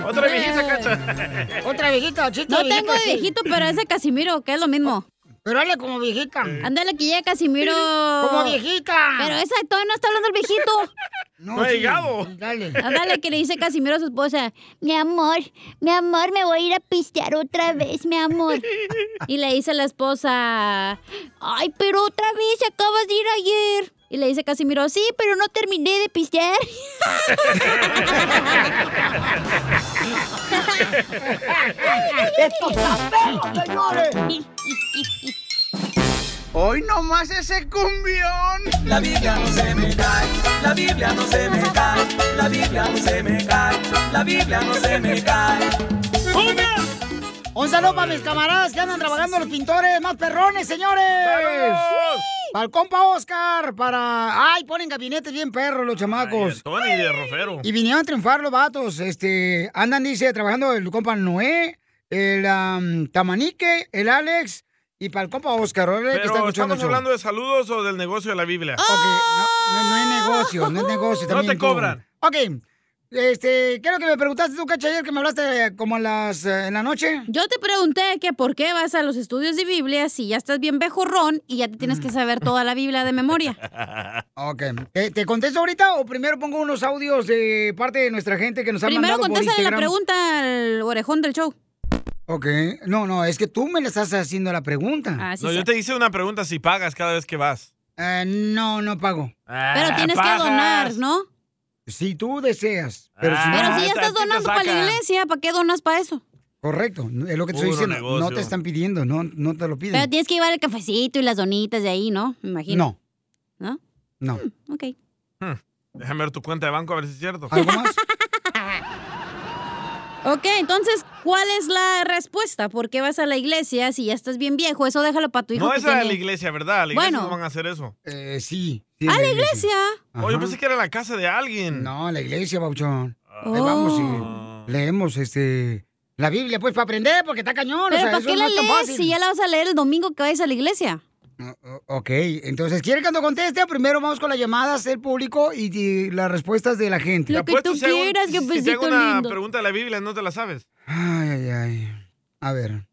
Otra viejita, cacha.
Otra viejita, chiste.
No
viejito,
tengo de
sí.
viejito, pero ese Casimiro, que es lo mismo.
Pero hable como viejita.
Ándale que llega Casimiro.
Como viejita.
Pero esa todavía no está hablando el viejito.
No,
ha llegado.
Dale.
Ándale que le dice Casimiro a su esposa, mi amor, mi amor, me voy a ir a pistear otra vez, mi amor. Y le dice la esposa, ay, pero otra vez, acabas de ir ayer. Y le dice Casimiro, sí, pero no terminé de pistear.
¡Esto está perro, señores!
Hoy nomás ese cumbión. La Biblia no se me cae, la Biblia no se me cae, la Biblia no se me cae, la Biblia no se me cae.
Un saludo para mis camaradas que andan trabajando los pintores más perrones, señores. Para el compa Oscar, para... Ay, ponen gabinetes bien perros los chamacos.
Tony de Rofero.
Y vinieron a triunfar los vatos. Este, andan, dice, trabajando el compa Noé, el am, Tamanique, el Alex y para el compa Oscar. órale, que está
Pero
escuchando
estamos
el show.
hablando de saludos o del negocio de la Biblia.
No, no es negocio, no es negocio.
No
también
te
tú.
cobran.
Ok. Este, creo que me preguntaste tú, Cacha, ayer que me hablaste eh, como a las, eh, en la noche.
Yo te pregunté que por qué vas a los estudios de Biblia si ya estás bien bejorrón y ya te tienes que
Mm.
saber toda la Biblia de memoria.
Ok. ¿Te, te contesto ahorita o primero pongo unos audios de parte de nuestra gente que nos ha
Primero
mandado por
contéstale la
Instagram?
pregunta al orejón del show.
Ok. No, no, es que tú me le estás haciendo la pregunta.
Ah,
no, yo te hice una pregunta si pagas cada vez que vas.
Eh, no, no pago.
Ah, pagas.
¿no?
Si tú deseas. Pero, si,
Ah,
no-
Pero si ya estás donando para la iglesia, ¿para qué donas para eso?
Correcto, es lo que te estoy
Puro
diciendo. No
negocio.
te están pidiendo, no, no te lo piden.
Pero tienes que llevar el cafecito y las donitas de ahí, ¿no? Me imagino.
No.
¿No?
No.
Ok.
Hmm. Déjame ver tu cuenta de banco a ver si es cierto.
Ok, entonces, ¿cuál es la respuesta? ¿Por qué vas a la iglesia si ya estás bien viejo? Eso déjalo para tu hijo.
No
que
es la de la
tiene-
iglesia, ¿verdad? La iglesia
Bueno.
no van a hacer eso.
Eh, sí.
¡A la iglesia!
Oh, yo pensé que era la casa de alguien.
No, la iglesia, Bauchón. Ahí
Oh.
vamos y leemos este la Biblia, pues, para aprender, porque está cañón.
Pero
o sea,
¿para
eso
qué
no
la
es tan
lees
fácil.
si ya la vas a leer el domingo que vayas a la iglesia?
Ok, entonces, ¿quiere que no conteste? o Primero vamos con las llamadas del público y, y las respuestas de la gente.
Te apuesto pues, si hago-
pues,
Si te hago una pregunta de la Biblia, no te la sabes.
Ay, ay, ay. A ver.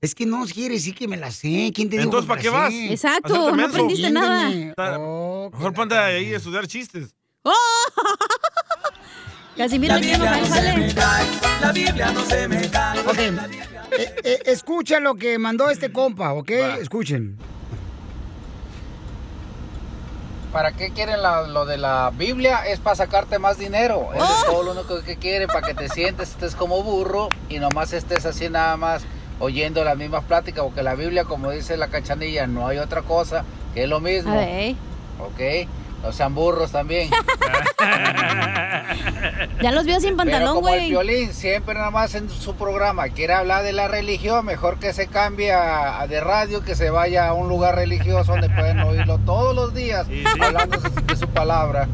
Es que no quiere decir que me la sé. ¿Quién te dijo
Entonces,
que me
¿para
la
qué vas?
sé?
Exacto, Hacerte no menso. aprendiste nada.
Entiéndeme.
Está- Mejor ponte ahí a estudiar chistes. ¡Oh!
Casimiro
La
le quiere bajar
Biblia no
el
se
jale.
Eh,
me cae, la Biblia no se me cae.
Ok. Eh, eh, escucha lo que mandó este compa, ¿ok? Escuchen.
¿Para qué quieren la- lo de la Biblia? Es para sacarte más dinero. Eso
Ah.
es todo lo único que quieren, para que te sientes, estés como burro y nomás estés así nada más oyendo las mismas pláticas, porque la Biblia, como dice la cachanilla, no hay otra cosa que es lo mismo.
A ver.
¿Ok? No sean burros también.
Ya los veo sin
Pero
pantalón,
como el
güey.
violín siempre nada más en su programa quiere hablar de la religión, mejor que se cambie a, a de radio, que se vaya a un lugar religioso donde pueden oírlo todos los días hablando de su- de su palabra.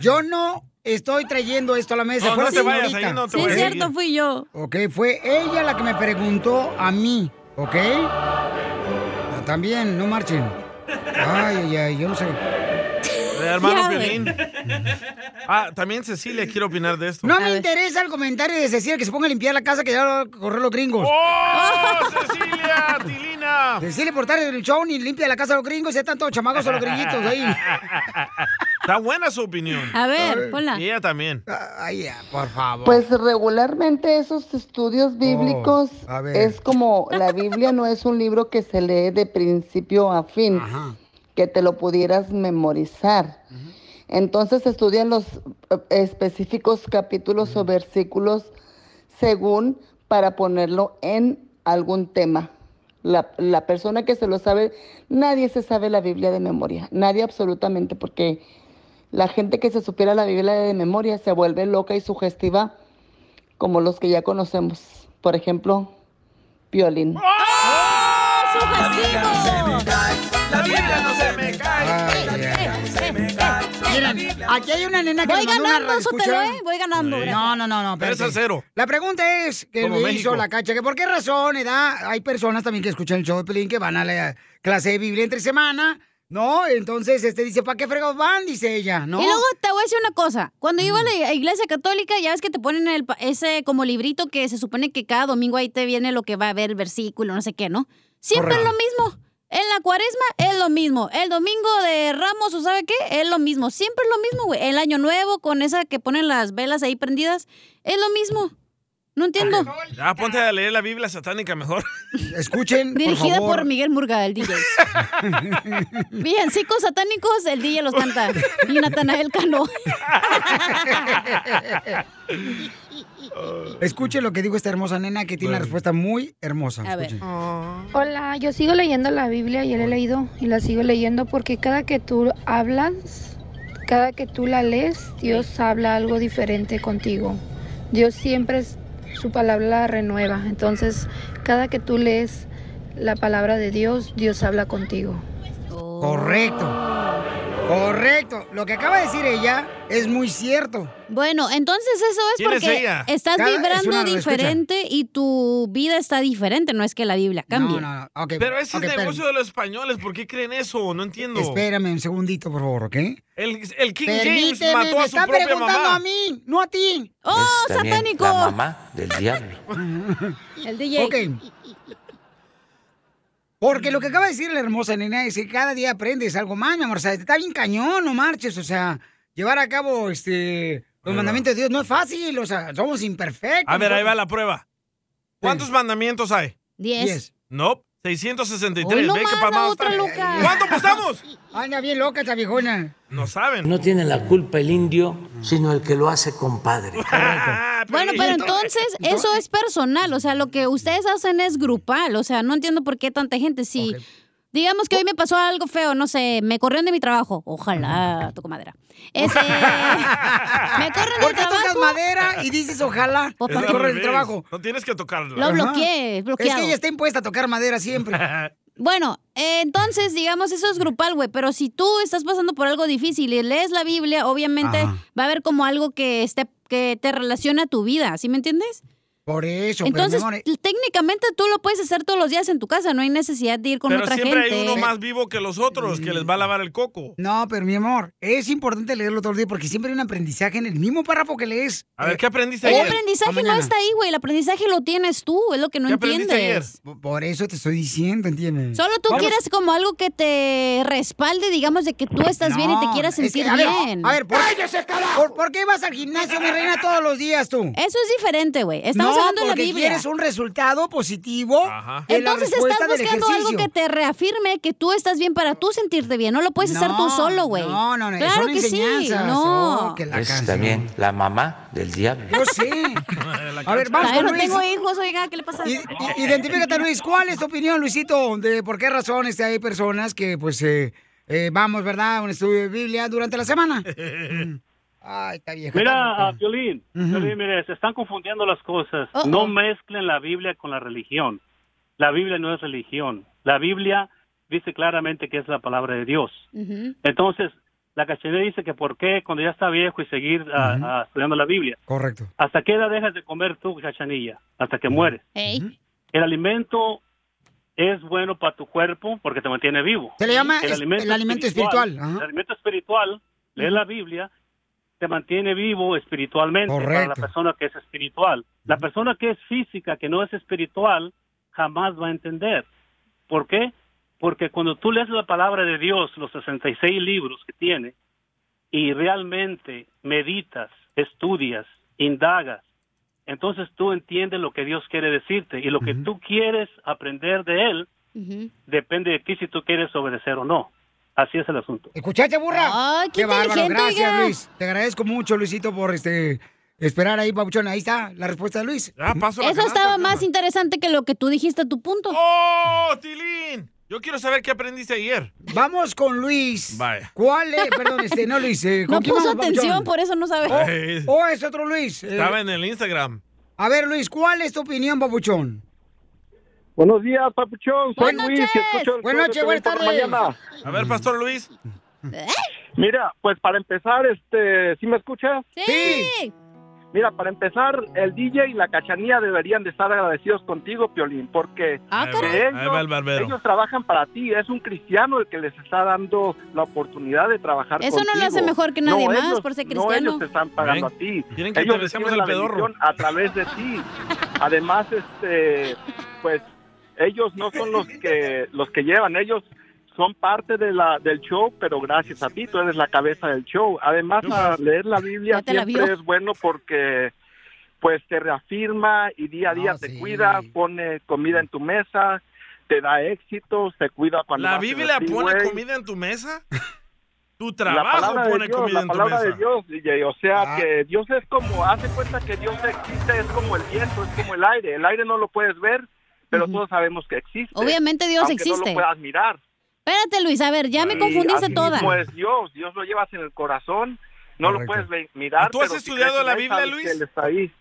Yo no estoy trayendo esto a la mesa.
No,
fue
no
la
te vayas,
señorita.
ahí no te Sí, vayas. cierto,
fui yo.
Ok, fue ella la que me preguntó a mí, ¿ok? Ah, También, no marchen. Ay, ay, ay, yo no sé.
Eh, hermano
Ya,
Piolín. Ah, también Cecilia quiere opinar de esto.
No me interesa el comentario de Cecilia que se ponga a limpiar la casa que ya van a correr los gringos.
¡Oh, Cecilia, Tilina!
Cecilia, por tarde el show ni limpia la casa de los gringos, ya están todos chamacos a los grillitos ahí.
Está buena su opinión.
A ver, ponla.
Y ella también.
Ay, ya, por favor.
Pues regularmente esos
Oh.
estudios bíblicos
a ver.
es como la Biblia no es un libro que se lee de principio a fin, que te lo pudieras memorizar. Entonces se estudian los eh, específicos capítulos o versículos según para ponerlo en algún tema. La, la persona que se lo sabe, nadie se sabe la Biblia de memoria, nadie absolutamente, porque la gente que se supiera la Biblia de memoria se vuelve loca y sugestiva como los que ya conocemos. Por ejemplo, Piolín.
La Biblia no se me cae, la Biblia no se me cae, la Biblia no se me cae.
Miren, aquí hay una nena que
Voy
nos mandó una
ganando,
radioescucha.
Sotelo, ¿eh? Voy ganando, Sí. gracias.
No, no, no, no. espérate.
Tres a cero.
La pregunta es que
Como
le
México.
hizo la cacha, que por qué razón, edad, hay personas también que escuchan el show de Pelín que van a la clase de Biblia entre semana, ¿no? Entonces, este dice, ¿para qué fregados van? Dice ella, ¿no?
Y luego te voy a decir una cosa. Cuando iba a la iglesia católica, ya ves que te ponen el, pa- ese como librito que se supone que cada domingo ahí te viene lo que va a haber, versículo, no sé qué, ¿no? Siempre
Correcto.
es lo mismo. En la cuaresma es lo mismo. El domingo de Ramos o sabe qué, es lo mismo. Siempre es lo mismo, güey. El año nuevo con esa que ponen las velas ahí prendidas, es lo mismo. No entiendo.
Ya ponte a leer la Biblia satánica mejor.
Escuchen.
Dirigida por Miguel Murga, el DJ. Villancicos satánicos, el DJ los canta. Y Natanael Cano.
Escuchen lo que dijo esta hermosa nena que tiene una respuesta muy hermosa.
A ver.
Escuchen.
Hola, yo sigo leyendo la Biblia, ya la he leído y la sigo leyendo porque cada que tú hablas, cada que tú la lees, Dios habla algo diferente contigo. Dios siempre es- su palabra la renueva, entonces cada que tú lees la palabra de Dios, Dios habla contigo.
Correcto. Correcto. Lo que acaba de decir ella es muy cierto.
Bueno, entonces eso es
¿Quién es
porque
ella?
estás
Cada- es
vibrando
una- escucha.
diferente y tu vida está diferente, no es que la Biblia cambie.
No, no, no. Ok,
Pero ese
ok,
es
espérame.
negocio de los españoles. ¿Por qué creen eso? No entiendo.
Espérame un segundito, por favor, ¿ok?
El, el King James
Permíteme,
mató a
me
su
están
propia
preguntando
mamá.
a mí, no a ti.
Oh,
Es también La mamá del diablo.
El DJ.
Ok. Porque lo que acaba de decir la hermosa nena es que cada día aprendes algo más, mi amor. O sea, está bien cañón, no marches. O sea, llevar a cabo este los mandamientos de Dios no es fácil. O sea, somos imperfectos.
A ver, ahí va la prueba. ¿Cuántos mandamientos hay?
Diez. Diez.
No, 663.
Hoy
Ve que
nomás,
pa'
la
más
otra
está.
loca.
¿Cuánto apostamos?
Anda bien loca esta viejona.
No saben.
No tiene la culpa el indio, sino el que lo hace compadre.
Bueno, pero entonces eso es personal, o sea, lo que ustedes hacen es grupal, o sea, no entiendo por qué tanta gente si digamos que hoy me pasó algo feo, no sé, me corrieron de mi trabajo, ojalá, toco madera. Este, me corren del
Porque
trabajo.
tocas madera y dices ojalá.
Pues,
para
Es
que
al
corra el
revés.
trabajo.
No tienes que tocarlo.
Lo bloqueé,
Es
bloqueado.
que ella está impuesta a tocar madera siempre.
Bueno, eh, entonces, digamos, eso es grupal, güey, pero si tú estás pasando por algo difícil y lees la Biblia, obviamente
Ajá.
va a haber como algo que, esté, que te relaciona a tu vida, ¿sí me entiendes?
Por eso, pero,
Entonces,
mi amor,
técnicamente tú lo puedes hacer todos los días en tu casa, no hay necesidad de ir con
Pero
otra
siempre
gente.
hay uno más vivo que los otros que les va a lavar el coco.
No, pero mi amor, es importante leerlo todos los días porque siempre hay un aprendizaje en el mismo párrafo que lees.
A
Eh,
ver, ¿qué aprendiste
El
ayer?
aprendizaje no está ahí, güey. El aprendizaje lo tienes tú, es lo que no entiendes.
P- Por eso te estoy diciendo, ¿entiendes?
Solo tú
Vamos.
quieres como algo que te respalde, digamos, de que tú estás bien y te
No,
quieras
es que,
sentir
a ver,
bien.
a ver, ¿por, ¿por- por qué vas al gimnasio, mi reina, todos los días tú?
Eso es diferente, güey. Estamos usando la
porque
Biblia.
quieres un resultado positivo. en la
Entonces
respuesta
estás
del
buscando algo
ejercicio.
que te reafirme que tú estás bien para tú sentirte bien. No lo puedes hacer tú
No,
solo, güey.
no, no, no,
Claro
son
que sí.
enseñanzas.
No.
Oh, que
es también la mamá del diablo.
Yo sí. A ver, vamos
Todavía
con
no
Luis.
tengo hijos, oiga, ¿qué le pasa?
I- i- Identifícate, Luis. ¿Cuál es tu opinión, Luisito? ¿De por qué razones hay personas que, pues, eh, eh, vamos, ¿verdad?, a un estudio de Biblia durante la semana. Ay, está vieja. está
Mira,
loca.
ah, Piolín, Piolín, mire, se están confundiendo las cosas.
Uh-oh.
No mezclen la Biblia con la religión. La Biblia no es religión. La Biblia dice claramente que es la palabra de Dios. Entonces, la cachanilla dice que por qué cuando ya está viejo y seguir ah, ah, estudiando la Biblia.
Correcto.
¿Hasta qué edad dejas de comer tú, cachanilla? Hasta que mueres. El alimento es bueno para tu cuerpo porque te mantiene vivo.
Se le llama es- el alimento espiritual, ajá.
El alimento espiritual, leer la Biblia, te mantiene vivo espiritualmente para la
Correcto.
persona que es espiritual. La persona que es física, que no es espiritual, jamás va a entender. ¿Por qué? Porque cuando tú lees la palabra de Dios, los 66 libros que tiene, y realmente meditas, estudias, indagas, entonces tú entiendes lo que Dios quiere decirte y lo que tú quieres aprender de Él depende de ti si tú quieres obedecer o no. Así es el asunto.
¿Escuchaste, burra?
¡Ay, qué inteligente,
Gracias,
oiga.
Luis. Te agradezco mucho, Luisito, por este esperar ahí, papuchón. Ahí está la respuesta de Luis.
Eso estaba más interesante que lo que tú dijiste a tu punto.
¡Oh, Tilín! Yo quiero saber qué aprendiste ayer.
Vamos con Luis.
Vaya.
¿Cuál es? Perdón, este, no Luis. eh, ¿con
No
quién
puso
vamos, papuchón?
atención, por eso no sabe.
O, o es otro Luis. eh,
Estaba en el Instagram.
A ver, Luis, ¿cuál es tu opinión, papuchón?
Buenos días, papuchón. Soy
Buenas
Luis. que
noches.
escucho el
Buenas
show de
noches,
Piolín por la
buenas
mañana.
A ver, Pastor Luis.
Mira, pues para empezar, este, ¿sí me escuchas?
Sí.
Mira, para empezar, el DJ y la cachanía deberían de estar agradecidos contigo, Piolín, porque
Ah,
Ahí va,
de
ahí va el barbero.
ellos trabajan para ti. Es un cristiano el que les está dando la oportunidad de trabajar
Eso no lo
contigo.
hace mejor que nadie más
ellos-
por ser
No,
cristiano.
ellos te están pagando
Ven,
a ti.
quieren que
ellos
te besemos
reciben
el
la
pedorro.
bendición a través de ti. Además, este, pues, ellos no son los que los que llevan, ellos son parte de la, del show, pero gracias a ti, tú eres la cabeza del show. Además, a leer la Biblia
Ya te la
siempre
vio.
es bueno porque pues te reafirma y día a día te cuida, pone comida en tu mesa, te da éxito, te cuida cuando
¿La
vas en el
Biblia pone
freeway.
comida en tu mesa? Tu
La
trabajo
palabra de
pone
Dios,
comida
la
en tu
palabra
mesa. Ah,
de Dios, DJ, o sea que Dios es como, hace cuenta que Dios existe, es como el viento, es como el aire, el aire no lo puedes ver, pero todos sabemos que existe.
Obviamente Dios
aunque No
existe.
lo puedas mirar.
Espérate, Luis, a ver, ya me
Y
confundiste
así pues.
toda.
mismo es Dios, Dios lo llevas en el corazón, no lo puedes ve- mirar.
¿Tú has
pero si
estudiado
crees en
la
él,
Biblia,
sabes que
Luis?
él está ahí.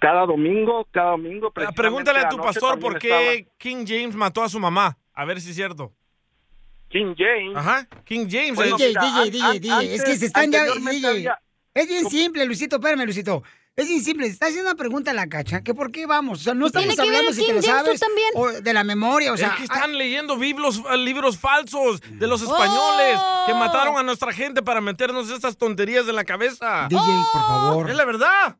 Cada domingo, cada domingo.
Ah, Pregúntale a
precisamente
tu
anoche
pastor
también
por qué King James mató a su mamá. A ver si es cierto.
King James.
Ajá, King James.
DJ,
es-
DJ, DJ, Es que se están ya. DJ. Es bien simple, Luisito, espérame, Luisito. Es bien simple, se está haciendo una pregunta a la cacha, que por qué vamos, o sea, no
Tiene
estamos
que ver
hablando
el
si te
King
lo
James, tú
sabes
también.
o de la memoria, o sea, Oh.
es que están leyendo biblos- eh, libros falsos de los españoles que mataron a nuestra gente para meternos esas tonterías en la cabeza. Ah,
DJ, por favor.
Es la verdad.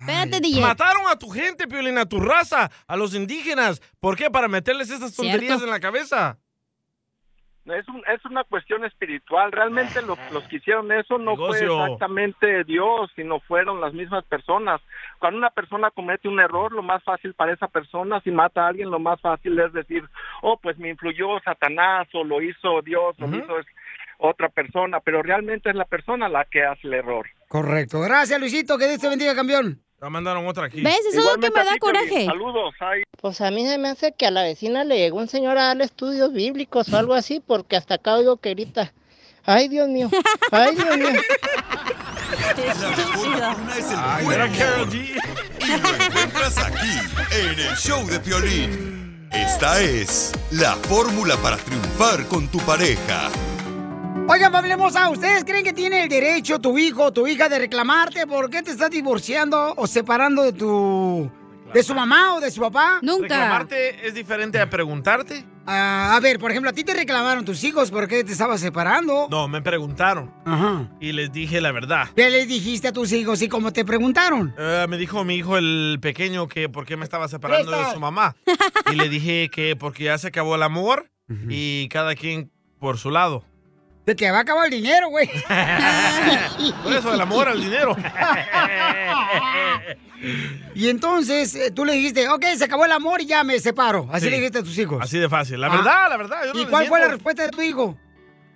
Espérate, DJ.
Mataron a tu gente, Piolín, a tu raza, a los indígenas. ¿Por qué? Para meterles esas tonterías en la cabeza.
Es, un- es una cuestión espiritual. Realmente lo- los que hicieron eso no
Negocio.
fue exactamente Dios, sino fueron las mismas personas. Cuando una persona comete un error, lo más fácil para esa persona, si mata a alguien, lo más fácil es decir, oh, pues me influyó Satanás o lo hizo Dios o lo hizo es- otra persona, pero realmente es la persona la que hace el error.
Correcto. Gracias, Luisito, que Dios te bendiga, campeón.
La mandaron otra aquí.
¿Ves? Eso es lo que me da coraje.
Saludos, ay.
Pues a mí se me hace que a la vecina le llegó un señor a darle estudios bíblicos o algo así, porque hasta acá oigo que grita. Ay, Dios mío. Ay, Dios mío.
Ay,
era
Carol G. Y lo encuentras aquí, en el show de Piolín. Esta es la fórmula para triunfar con tu pareja.
Oigan, hablemos a ustedes creen que tiene el derecho tu hijo o tu hija de reclamarte por qué te estás divorciando o separando de tu de su mamá o de su papá?
Reclamarte es diferente a preguntarte.
Ah, a ver, por ejemplo, a ti te reclamaron tus hijos por qué te estabas separando.
No, me preguntaron.
Ajá.
Y les dije la verdad.
¿Qué les dijiste a tus hijos y cómo te preguntaron?
Eh, me dijo mi hijo el pequeño que por qué me estaba separando de
Presta.
su mamá. Y le dije que porque ya se acabó el amor y cada quien por su lado.
Se te va a acabar el dinero, güey.
Por eso el amor al dinero.
Y entonces eh, tú le dijiste, ok, se acabó el amor y ya me separo. Así
Sí.
le dijiste a tus hijos. Ah.
Así de fácil. La verdad, la verdad. yo no
¿Y
les
cuál fue la
miento.
respuesta de tu hijo?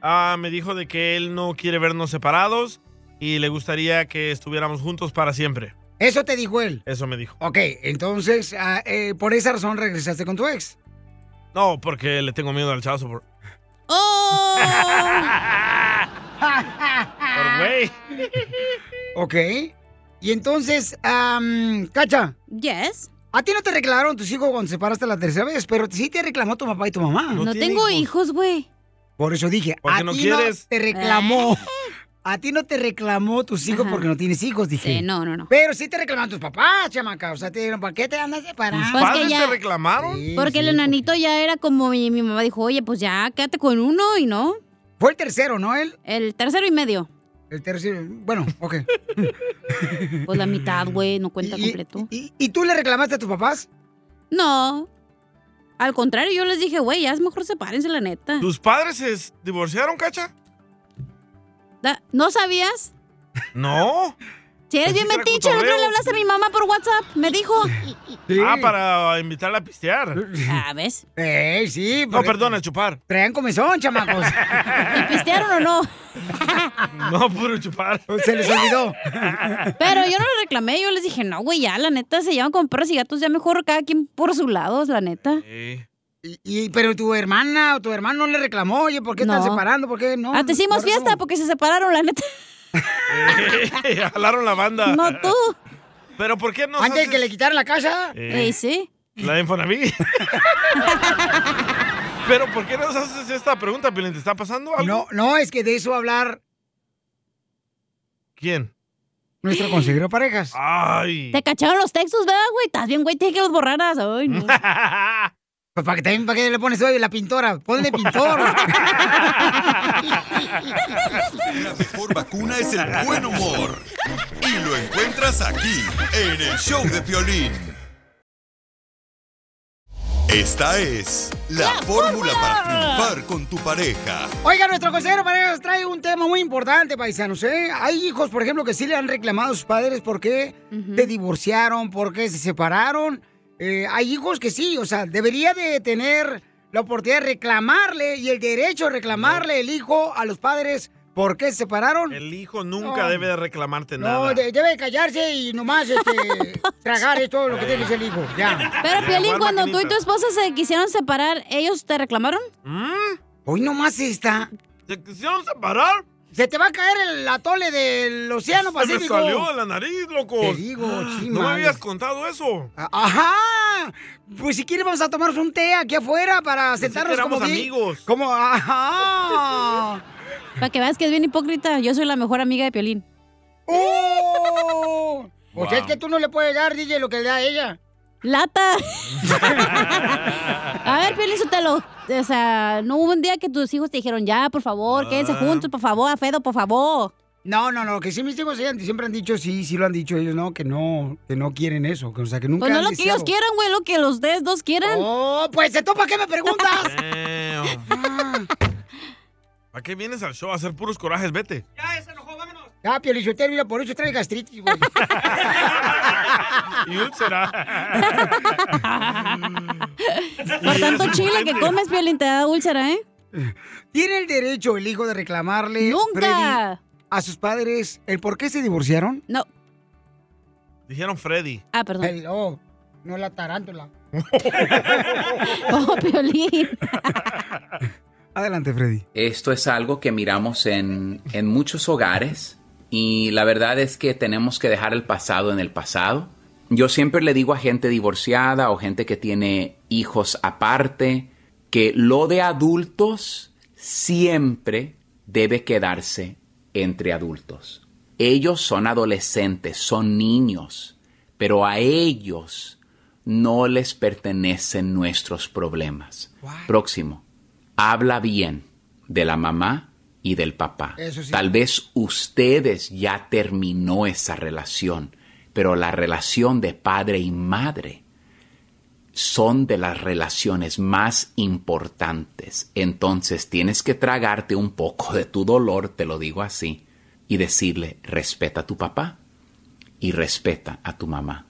Ah, me dijo de que él no quiere vernos separados y le gustaría que estuviéramos juntos para siempre.
Eso te dijo él.
Eso me dijo.
Ok, entonces, ah, eh, por esa razón regresaste con tu ex.
No, porque le tengo miedo al chazo. Por...
¡Oh!
por güey.
ok. Y entonces, am, Cacha.
Yes.
A ti no te reclamaron tus hijos cuando separaste la tercera vez, pero sí te reclamó tu papá y tu mamá.
No, tengo hijos, güey.
Por eso dije,
Porque
a
no
ti
quieres.
te reclamó.
Eh.
A ti no te reclamó tus hijos porque no tienes hijos, dije.
Sí, no, no, no.
Pero sí te reclamaron tus papás, chamaca. O sea, te dijeron, ¿para qué te andas separando?
Pues que ¿Padres ya- te
reclamaron?
Porque el enanito ya era como mi, mi mamá dijo, oye, pues ya quédate con uno y no.
Fue el tercero, ¿no? Él.
El tercero y medio.
El tercero, bueno, ok.
Pues la mitad, güey, no cuenta completo.
¿y, tú le reclamaste a tus papás?
No. Al contrario, yo les dije, güey, ya es mejor sepárense, la neta.
¿Tus padres se s- divorciaron, cacha?
Da- ¿No sabías?
No.
Si eres bien
Pensé que era
metiche, el otro día le
cotorreo.
hablaste a mi mamá por WhatsApp, me dijo.
Ah, para invitarla a pistear.
Ah, ¿ves?
Eh, sí.
No, perdón, a chupar.
Traían comezón, chamacos.
¿Y pistearon o no?
No, puro chupar.
Se les olvidó.
Pero yo no le reclamé, yo les dije, no, güey, ya, la neta, se llevan con perros y gatos, ya mejor cada quien por sus lados, la neta.
Y, y- pero tu hermana o tu hermano no le reclamó, oye, ¿por qué están
No.
separando? ¿Por qué no?
Hasta hicimos
no reclamó?
fiesta porque se separaron, la neta.
Eh, jalaron la banda.
No tú.
¿Pero por qué no?
Antes de que le quitaran la casa.
Eh. Eh,
sí.
La de Infonavit. ¿Pero por qué nos haces esta pregunta, Pilín? ¿Te está pasando algo?
No, no, es que de eso va a hablar
¿Quién?
nuestro consejero parejas.
Ay.
Te cacharon los textos, ¿verdad, güey? Estás bien, güey, tienes que los borraras. Ay, no.
Pues para que también, para que le pones hoy la pintora, ponle pintor.
La mejor vacuna es el buen humor. Y lo encuentras aquí, en el show de Piolín. Esta es la, fórmula para triunfar con tu pareja.
Oiga, nuestro consejero parejas trae un tema muy importante, paisanos, ¿eh? Hay hijos, por ejemplo, que sí le han reclamado a sus padres por qué se divorciaron, por qué se separaron. Eh, hay hijos que sí, o sea, debería de tener la oportunidad de reclamarle y el derecho de reclamarle el hijo a los padres por qué se separaron.
El hijo nunca
No.
debe de reclamarte
No,
nada.
de- debe callarse y nomás este, tragar es todo lo que tiene que ser el hijo. Ya.
Pero, Piolín, cuando tú y tu esposa se quisieron separar, ¿ellos te reclamaron?
¿Mm?
Hoy nomás está.
¿Se quisieron separar?
Se te va a caer el atole del Océano
Se me
Pacífico.
salió de la nariz, loco.
Te digo, sí,
No me
madre.
habías contado eso.
Ajá. Pues si quieres vamos a tomarnos un té aquí afuera para sentarnos
éramos
como bien-
amigos.
Como ajá.
Para que veas que es bien hipócrita, yo soy la mejor amiga de Piolín.
¡Oh! Pues
Wow.
es que tú no le puedes dar, DJ, lo que le da a ella.
¡Lata! A ver, Piolín Sotelo, o sea, no hubo un día que tus hijos te dijeron, ya, por favor, quédense juntos, por favor, a Fedo, por favor.
No, no, no, que sí mis hijos sí han- siempre han dicho, sí, sí lo han dicho ellos, no, que no, que no quieren eso, que, o sea, que nunca
Pues no
han
lo que ellos
deseado.
quieran, güey, lo que los des dos quieran.
¡Oh, pues se topa qué me preguntas!
¿Para qué vienes al show a hacer puros corajes? Vete.
Ah, Piolichotero, mira, por eso trae gastritis, güey.
Y úlcera.
Por tanto chile que comes, Piolín, te da úlcera, ¿eh?
¿Tiene el derecho el hijo de reclamarle
¡Nunca!
Freddy, a sus padres el por qué se divorciaron?
No.
Dijeron Freddy.
Ah, perdón.
El, oh, no la tarántula.
Oh, Piolín.
Adelante, Freddy.
Esto es algo que miramos en, en muchos hogares y la verdad es que tenemos que dejar el pasado en el pasado. Yo siempre le digo a gente divorciada o gente que tiene hijos aparte que lo de adultos siempre debe quedarse entre adultos. Ellos son adolescentes, son niños, pero a ellos no les pertenecen nuestros problemas. Próximo, habla bien de la mamá y del papá.
Eso sí.
Tal vez ustedes ya terminó esa relación, pero la relación de padre y madre son de las relaciones más importantes. Entonces tienes que tragarte un poco de tu dolor, te lo digo así, y decirle, respeta a tu papá y respeta a tu mamá.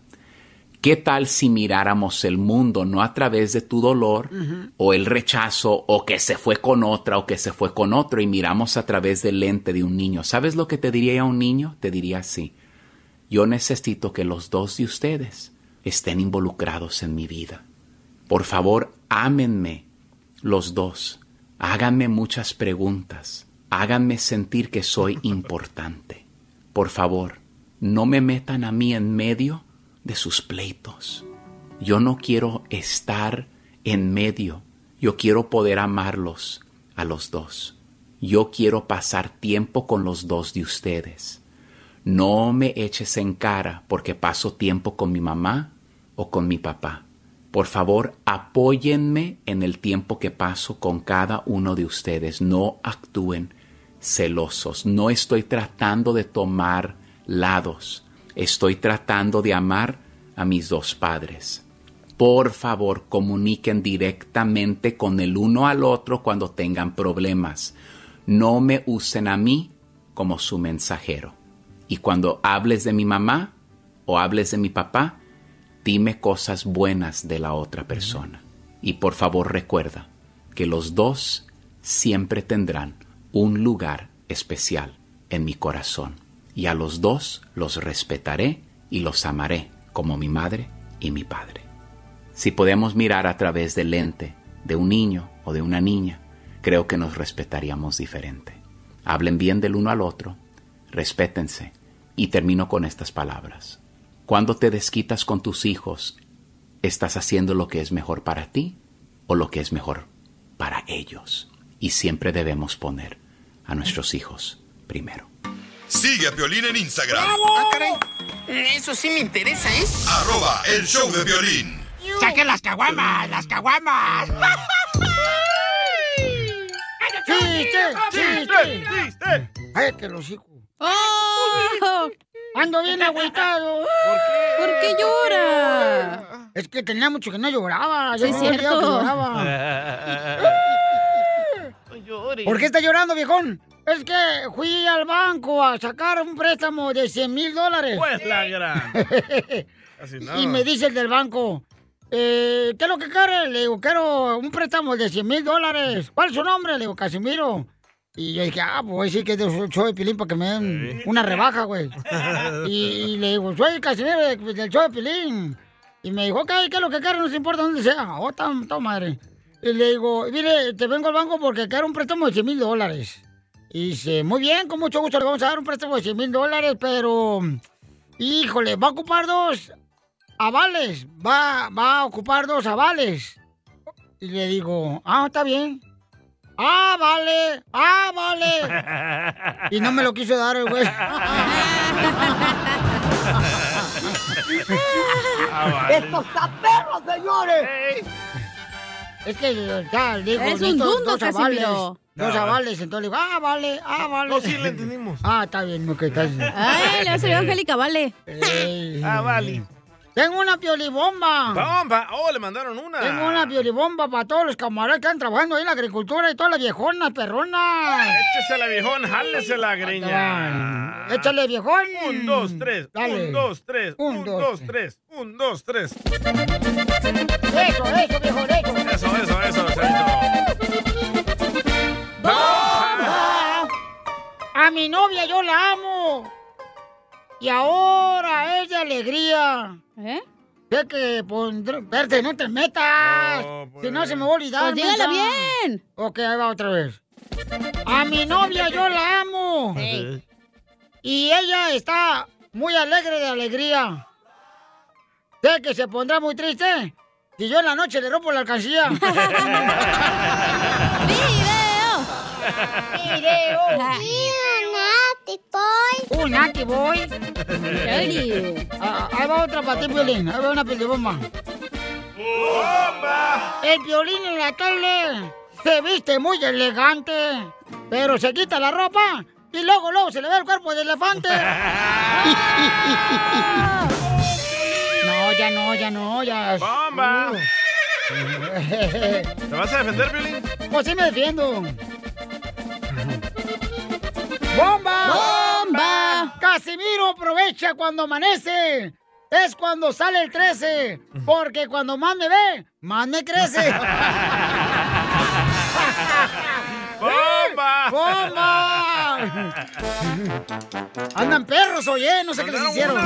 ¿Qué tal si miráramos el mundo no a través de tu dolor o el rechazo o que se fue con otra o que se fue con otro y miramos a través del lente de un niño? ¿Sabes lo que te diría a un niño? Te diría así. Yo necesito que los dos de ustedes estén involucrados en mi vida. Por favor, ámenme los dos. Háganme muchas preguntas. Háganme sentir que soy importante. Por favor, no me metan a mí en medio de sus pleitos. Yo no quiero estar en medio. Yo quiero poder amarlos a los dos. Yo quiero pasar tiempo con los dos de ustedes. No me eches en cara porque paso tiempo con mi mamá o con mi papá. Por favor, apóyenme en el tiempo que paso con cada uno de ustedes. No actúen celosos. No estoy tratando de tomar lados. Estoy tratando de amar a mis dos padres. Por favor, comuniquen directamente con el uno al otro cuando tengan problemas. No me usen a mí como su mensajero. Y cuando hables de mi mamá o hables de mi papá, dime cosas buenas de la otra persona. Y por favor recuerda que los dos siempre tendrán un lugar especial en mi corazón. Y a los dos los respetaré y los amaré como mi madre y mi padre. Si podemos mirar a través del lente de un niño o de una niña, creo que nos respetaríamos diferente. Hablen bien del uno al otro, respétense y termino con estas palabras. Cuando te desquitas con tus hijos, estás haciendo lo que es mejor para ti o lo que es mejor para ellos. Y siempre debemos poner a nuestros hijos primero.
Sigue a Piolín en Instagram.
Ah, caray. Eso sí me interesa, ¿eh?
Arroba el show de violín.
¡Saquen las caguamas! ¡Las caguamas!
¡Chiste! ¡Chiste! ¡Chiste! ¡Ay, que los hijos! Ando bien agüitado. ¡Oh! ¿Por qué?
¿Por qué llora?
Es que tenía mucho que no lloraba.
Sí,
Yo
es
no sabía
cierto.
que
Eh.
lloraba. ¿Por qué está llorando, viejón? Es que fui al banco a sacar un préstamo de 100 mil dólares.
Pues la gran. Casi nada.
Y me dice el del banco, eh, ¿qué es lo que quiere? Le digo, quiero un préstamo de 100 mil dólares. ¿Cuál es su nombre? Le digo, Casimiro. Y yo dije, ah, pues sí que yo soy Pilín para que me den una rebaja, güey. Y, y le digo, soy Casimiro de- pues, del show de Pilín. Y me dijo, ok, ¿qué es lo que quiere? No se importa dónde sea. Oh, tan, tan madre. Y le digo, mire, te vengo al banco porque quiero un préstamo de 100 mil dólares. Y dice, muy bien, con mucho gusto le vamos a dar un préstamo de 100 mil dólares, pero... Híjole, va a ocupar dos avales. Va, va a ocupar dos avales. Y le digo, ah, está bien. Ah, vale, ah, vale. Y no me lo quiso dar el güey. Ah,
Ah,
¡Estos
está perro, señores! Es que, ya, le digo,
Eres
di
un
dos-
dundo,
dos avales.
Casimiro.
Dos
Ah.
avales, entonces le digo, ah, vale, ah, vale.
No, sí, le
entendimos. Ah, está bien, ok, está bien.
Ay, le va a salir Angélica, vale.
Ah, vale. Tengo una piolibomba.
Bomba. Oh, le mandaron una.
Tengo una piolibomba para todos los camaradas que están trabajando ahí en la agricultura y todas las viejonas, perronas.
Échese la viejón, jálese la greña.
Échale, viejón.
Un, dos, tres.
Dale.
Un, dos, tres. Un, dos, tres. Un, dos, tres.
Eso, eso, viejón, eso.
Eso, eso, eso, eso.
¡Bomba! A mi novia yo la amo. Y ahora es de alegría. ¿Eh? Sé que pondré... Verte, no te metas. Si no, se me va a olvidar.
Pues dígala
mensa.
bien.
Ok, ahí va otra vez. A mi novia yo la amo. Y ella está muy alegre de alegría. Sé que se pondrá muy triste si yo en la noche le rompo la alcancía. ¡Video! ¡Un nati boy!
Dirty.
Ah, ahí va otra para ti, Piolín. Ahí va una bomba. El Piolín en la tele se viste muy elegante, pero se quita la ropa y luego, luego se le ve el cuerpo de elefante. no, No, ya no, ya no, ya. Uh.
¡Bomba! ¿Te vas a defender, Piolín?
Pues sí me defiendo. ¡Bomba! ¡Bomba! Casimiro aprovecha cuando amanece. Es cuando sale el 13. Porque cuando más me ve, más me crece.
¡Bomba!
¡Bomba! Andan perros, oye, no sé qué les hicieron.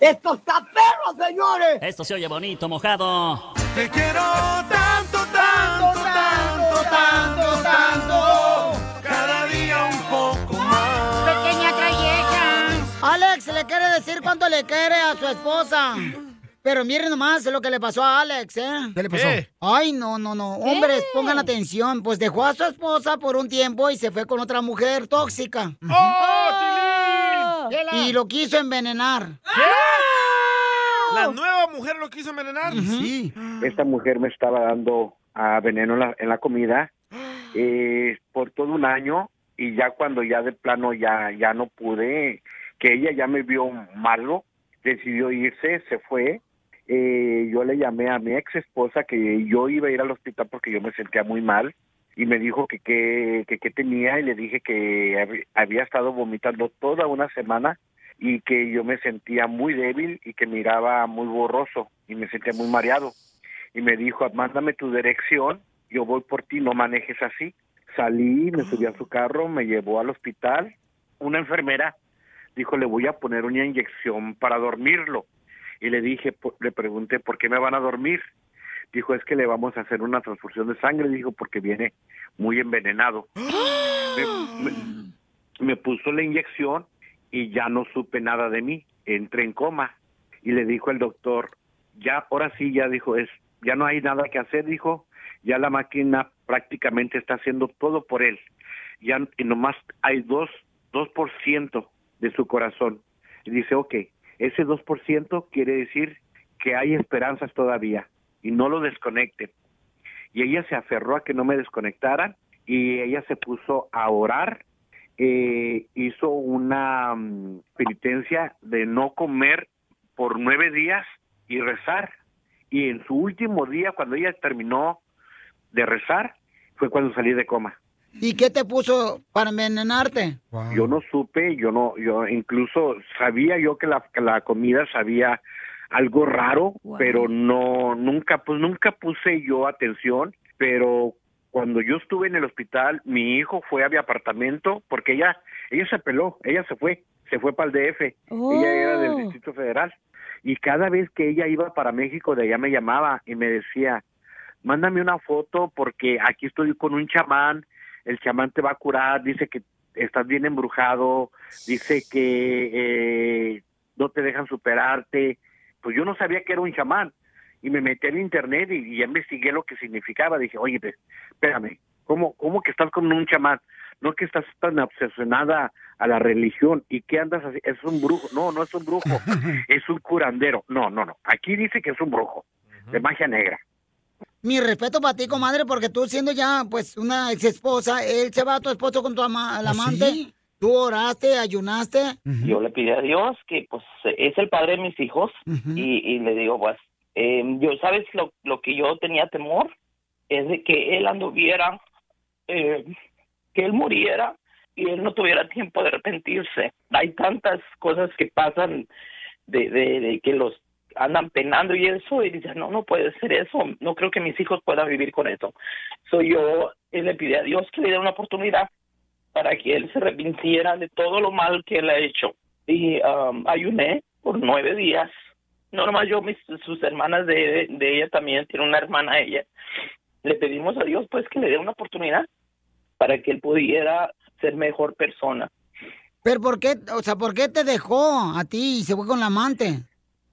¡Esto está perro, señores!
Esto se oye bonito, mojado.
Te quiero tanto, tanto, tanto, tanto, tanto. Cada día un poco más.
Pequeña calleja. Alex le quiere decir cuánto le quiere a su esposa. Pero miren nomás lo que le pasó a Alex, ¿eh? ¿Qué le
pasó? ¿Qué?
Ay, no, no, no. Hombres, pongan atención. Pues dejó a su esposa por un tiempo y se fue con otra mujer tóxica.
¡Oh,
Y lo quiso envenenar.
¿La nueva mujer lo quiso envenenar? Sí.
Esta mujer me estaba dando ah, veneno en la, en la comida eh, por todo un año y ya cuando ya de plano ya, ya no pude, que ella ya me vio malo, decidió irse, se fue. Eh, yo le llamé a mi ex esposa que yo iba a ir al hospital porque yo me sentía muy mal y me dijo que qué que, qué tenía y le dije que hab- había estado vomitando toda una semana y que yo me sentía muy débil y que miraba muy borroso y me sentía muy mareado. Y me dijo, mándame tu dirección, yo voy por ti, no manejes así. Salí, me subí a su carro, me llevó al hospital. Una enfermera dijo, le voy a poner una inyección para dormirlo. Y le dije, po- le pregunté, ¿por qué me van a dormir? Dijo, es que le vamos a hacer una transfusión de sangre, dijo, porque viene muy envenenado. Me- me- me puso la inyección y ya no supe nada de mí. Entré en coma y le dijo el doctor, ya, ahora sí, ya dijo, es, ya no hay nada que hacer, dijo, ya la máquina prácticamente está haciendo todo por él. Ya n- y nomás hay dos, dos por ciento de su corazón. Y dice, ok, ese 2% quiere decir que hay esperanzas todavía y no lo desconecten. Y ella se aferró a que no me desconectaran y ella se puso a orar eh, hizo una mm, penitencia de no comer por nueve días y rezar. Y en su último día, cuando ella terminó de rezar, fue cuando salí de coma.
¿Y qué te puso para envenenarte?
Yo no supe, yo no, yo incluso sabía yo que la, que la comida sabía algo raro, pero no, nunca, pues nunca puse yo atención, pero cuando yo estuve en el hospital, mi hijo fue a mi apartamento porque ella, ella se peló, ella se fue, se fue para el DF, ella era del
Oh.
Distrito Federal y cada vez que ella iba para México de allá me llamaba y me decía, mándame una foto porque aquí estoy con un chamán, el chamán te va a curar, dice que estás bien embrujado, dice que eh, no te dejan superarte. Pues yo no sabía que era un chamán y me metí en internet y, y investigué lo que significaba. Dije, oye, pues, espérame, ¿cómo, ¿cómo que estás con un chamán? No que estás tan obsesionada a la religión y que andas así, es un brujo. No, no es un brujo, es un curandero. No, no, no. Aquí dice que es un brujo de magia negra.
Mi respeto para ti, comadre, porque tú siendo ya pues una ex esposa, él se va a tu esposo con tu ama- al amante, tú oraste, ayunaste.
Yo le pedí a Dios que, pues, es el padre de mis hijos y, y le digo, pues, eh, yo, ¿sabes lo, lo que yo tenía temor? Es de que él anduviera, eh, que él muriera y él no tuviera tiempo de arrepentirse. Hay tantas cosas que pasan de, de, de que los andan penando y eso, y dice, no, no puede ser eso, no creo que mis hijos puedan vivir con eso. Soy yo eh, le pedí a Dios que le diera una oportunidad para que él se arrepintiera de todo lo mal que él ha hecho. Y um, ayuné por nueve días. No nomás yo, mis, sus hermanas de, de ella también, tiene una hermana ella. Le pedimos a Dios pues que le dé una oportunidad para que él pudiera ser mejor persona.
Pero ¿por qué, o sea, por qué te dejó a ti y se fue con la amante?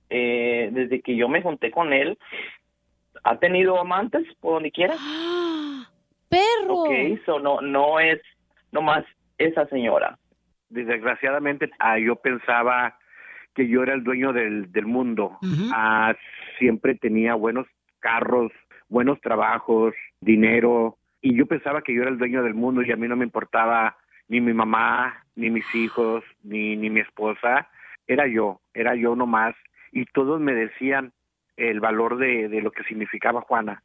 Eh, desde que yo me junté con él, ha tenido amantes por donde quiera.
Perro.
Ok, so no, no es nomás esa señora.
desgraciadamente ah, yo pensaba que yo era el dueño del, del mundo.
Ujú.
Ah, siempre tenía buenos carros, buenos trabajos, dinero, y yo pensaba que yo era el dueño del mundo y a mí no me importaba ni mi mamá, ni mis hijos, ni, ni mi esposa. Era yo, era yo nomás. y todos me decían el valor de, de lo que significaba Juana,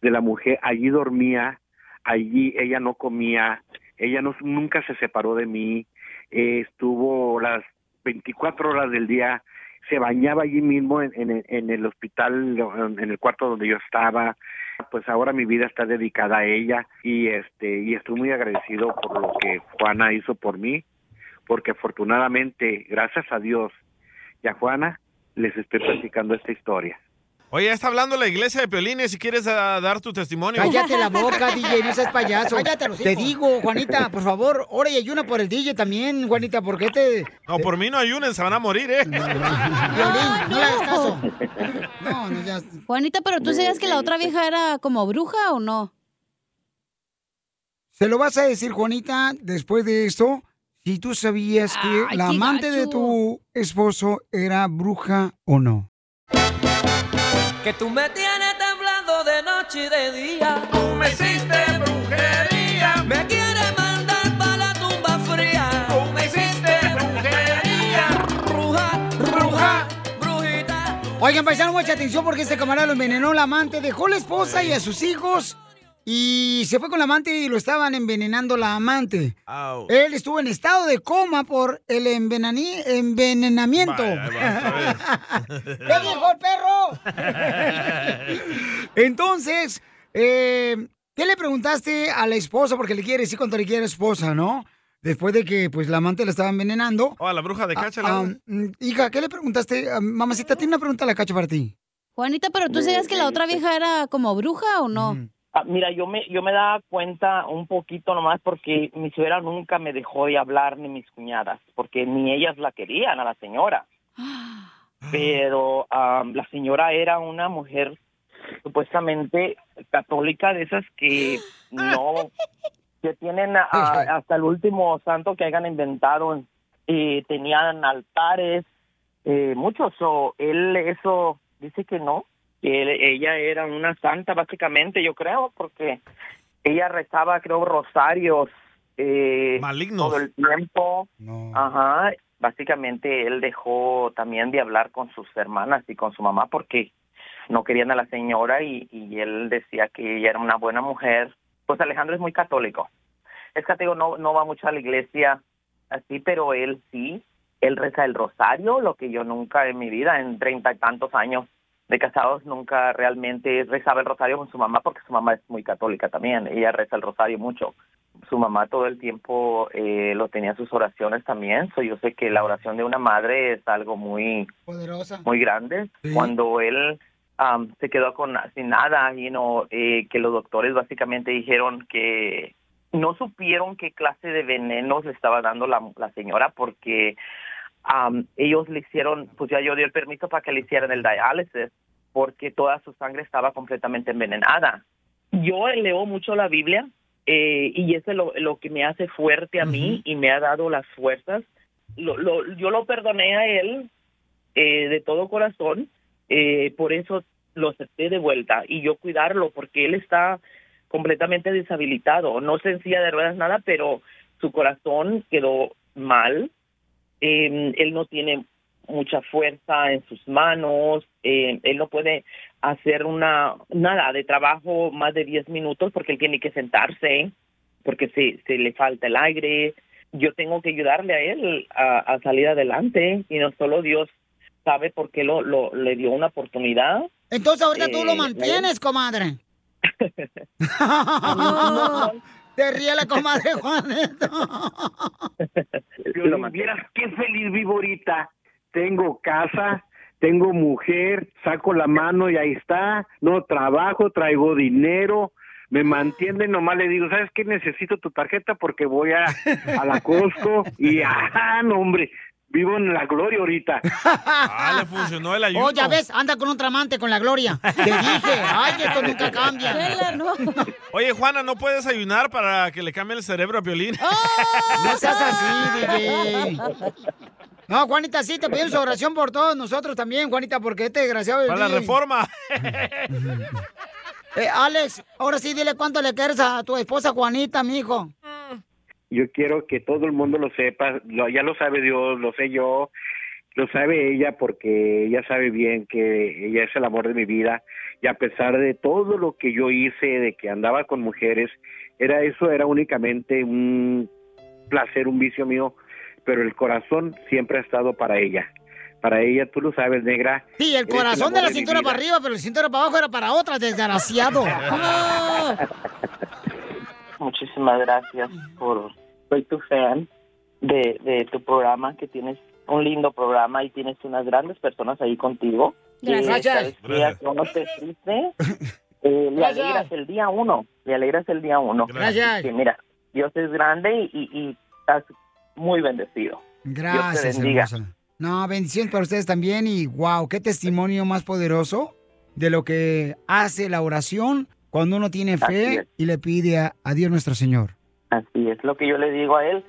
de la mujer. Allí dormía, allí ella no comía, ella no, nunca se separó de mí, eh, estuvo las 24 horas del día, se bañaba allí mismo en, en, en el hospital, en el cuarto donde yo estaba. Pues ahora mi vida está dedicada a ella y este y estoy muy agradecido por lo que Juana hizo por mí, porque afortunadamente, gracias a Dios y a Juana, les estoy platicando esta historia.
Oye, ya está hablando la iglesia de Piolines si quieres ah, dar tu testimonio.
Cállate la boca, DJ, no seas payaso. Te digo, Juanita, por favor, ora y ayuna por el DJ también, Juanita, porque te...
No, por mí no ayunen, se van a morir, ¿eh?
Violín, no le hagas caso. No, no, ya...
Juanita, pero tú sabías que la otra vieja era como bruja o no?
Se lo vas a decir, Juanita, después de esto, si tú sabías que
Ay,
la
qué
amante de
gacho.
tu esposo era bruja o no.
Que tú me tienes temblando de noche y de día. Tú me hiciste brujería. Me quieres mandar para la tumba fría. Tú me hiciste brujería. Bruja, bruja.
Oigan, paisanos, mucha atención porque este camarada lo envenenó la amante, dejó la esposa y a sus hijos y se fue con la amante y lo estaban envenenando la amante. Él estuvo en estado de coma por el envenani- envenenamiento. ¡Qué dijo el perro! Entonces, eh, ¿qué le preguntaste a la esposa? Porque le quiere decir cuánto le quiere a la esposa, ¿no? Después de que pues la amante la estaba envenenando.
O Oh, a la bruja de Cacha.
Ah,
la-
ah, mm, hija, ¿qué le preguntaste? Ah, Mamacita, tiene una pregunta a la Cacha para ti.
Juanita, pero tú sabías que la otra vieja era como bruja o no?
Ah, mira, yo me, yo me daba cuenta un poquito nomás porque mi suegra nunca me dejó de hablar, ni mis cuñadas, porque ni ellas la querían a la señora. Pero ah, la señora era una mujer supuestamente católica de esas que no, que tienen a- a- hasta el último santo que hayan inventado, eh, tenían altares, eh, muchos, o él eso dice que no, que él- ella era una santa básicamente, yo creo, porque ella rezaba, creo, rosarios eh,
Malignos.
todo el tiempo. Ajá, básicamente él dejó también de hablar con sus hermanas y con su mamá porque no querían a la señora y, y él decía que ella era una buena mujer. Pues Alejandro es muy católico. Es católico, no, no va mucho a la iglesia así, pero él sí, él reza el rosario, lo que yo nunca en mi vida, en treinta y tantos años de casados, nunca realmente rezaba el rosario con su mamá porque su mamá es muy católica también, ella reza el rosario mucho. Su mamá todo el tiempo eh, lo tenía en sus oraciones también, so yo sé que la oración de una madre es algo muy
Poderosa.
muy grande. Cuando él am, se quedó con sin nada, y no eh, que los doctores básicamente dijeron que no supieron qué clase de venenos le estaba dando la, la señora porque am, ellos le hicieron, pues ya yo dio el permiso para que le hicieran el diálisis porque toda su sangre estaba completamente envenenada. Yo leo mucho la Biblia eh, y eso es lo, lo que me hace fuerte a mí y me ha dado las fuerzas. Lo- lo- yo lo perdoné a él eh, de todo corazón, eh, por eso lo acepté de vuelta y yo cuidarlo porque él está completamente deshabilitado, no se en silla de ruedas nada, pero su corazón quedó mal, Eh, él no tiene mucha fuerza en sus manos, Eh, él no puede hacer una nada de trabajo más de 10 minutos porque él tiene que sentarse, porque se, se le falta el aire, yo tengo que ayudarle a él a, a salir adelante y no solo Dios sabe por qué lo, lo le dio una oportunidad.
Entonces ahorita tú
Eh,
lo mantienes, comadre. Te ríe la comadre Juanito.
Piolín, vieras qué feliz vivo ahorita. Tengo casa, tengo mujer, saco la mano y ahí está. No trabajo, traigo dinero. Me mantiene, nomás le digo, ¿sabes qué? Necesito tu tarjeta porque voy a, a la Costco. Y, ajá, no, hombre, vivo en la gloria ahorita.
Ah, le funcionó el ayuno.
Oh, ya ves, anda con otra amante, con la gloria. Te dije, ay, que esto nunca cambia.
Chela, no.
Oye, Juana, ¿no puedes ayunar para que le cambie el cerebro a Piolín?
¡Oh!
No seas así, DJ. No, Juanita, sí, te pedimos oración por todos nosotros también, Juanita, porque este desgraciado...
Para la
DJ.
reforma.
Eh, Alex, ahora sí dile cuánto le quieres a tu esposa Juanita, mijo.
Yo quiero que todo el mundo lo sepa, lo- ya lo sabe Dios, lo sé yo, Lo sabe ella porque ella sabe bien que ella es el amor de mi vida y a pesar de todo lo que yo hice, de que andaba con mujeres, era eso, era únicamente un placer, un vicio mío, pero el corazón siempre ha estado para ella. Para ella, tú lo sabes, negra.
Sí, el
eres
corazón de
amor
la
mi
cintura
vida.
para arriba, pero el cintura para abajo era para otra, desgraciado. Ah.
Muchísimas gracias por soy tu fan de, de tu programa que tienes un lindo programa y tienes unas grandes personas ahí contigo. que Gracias. sabes que Gracias. ya no te fuiste, eh, le Gracias. alegras el día uno, le alegras el día uno.
Gracias.
Así que mira, Dios es grande y, y- y estás muy bendecido. Dios
Gracias,
te bendiga.
hermosa. No, bendiciones para ustedes también y wow, qué testimonio más poderoso de lo que hace la oración cuando uno tiene
Así
fe
es.
y le pide a, a Dios nuestro Señor.
Así es lo que yo le digo a él.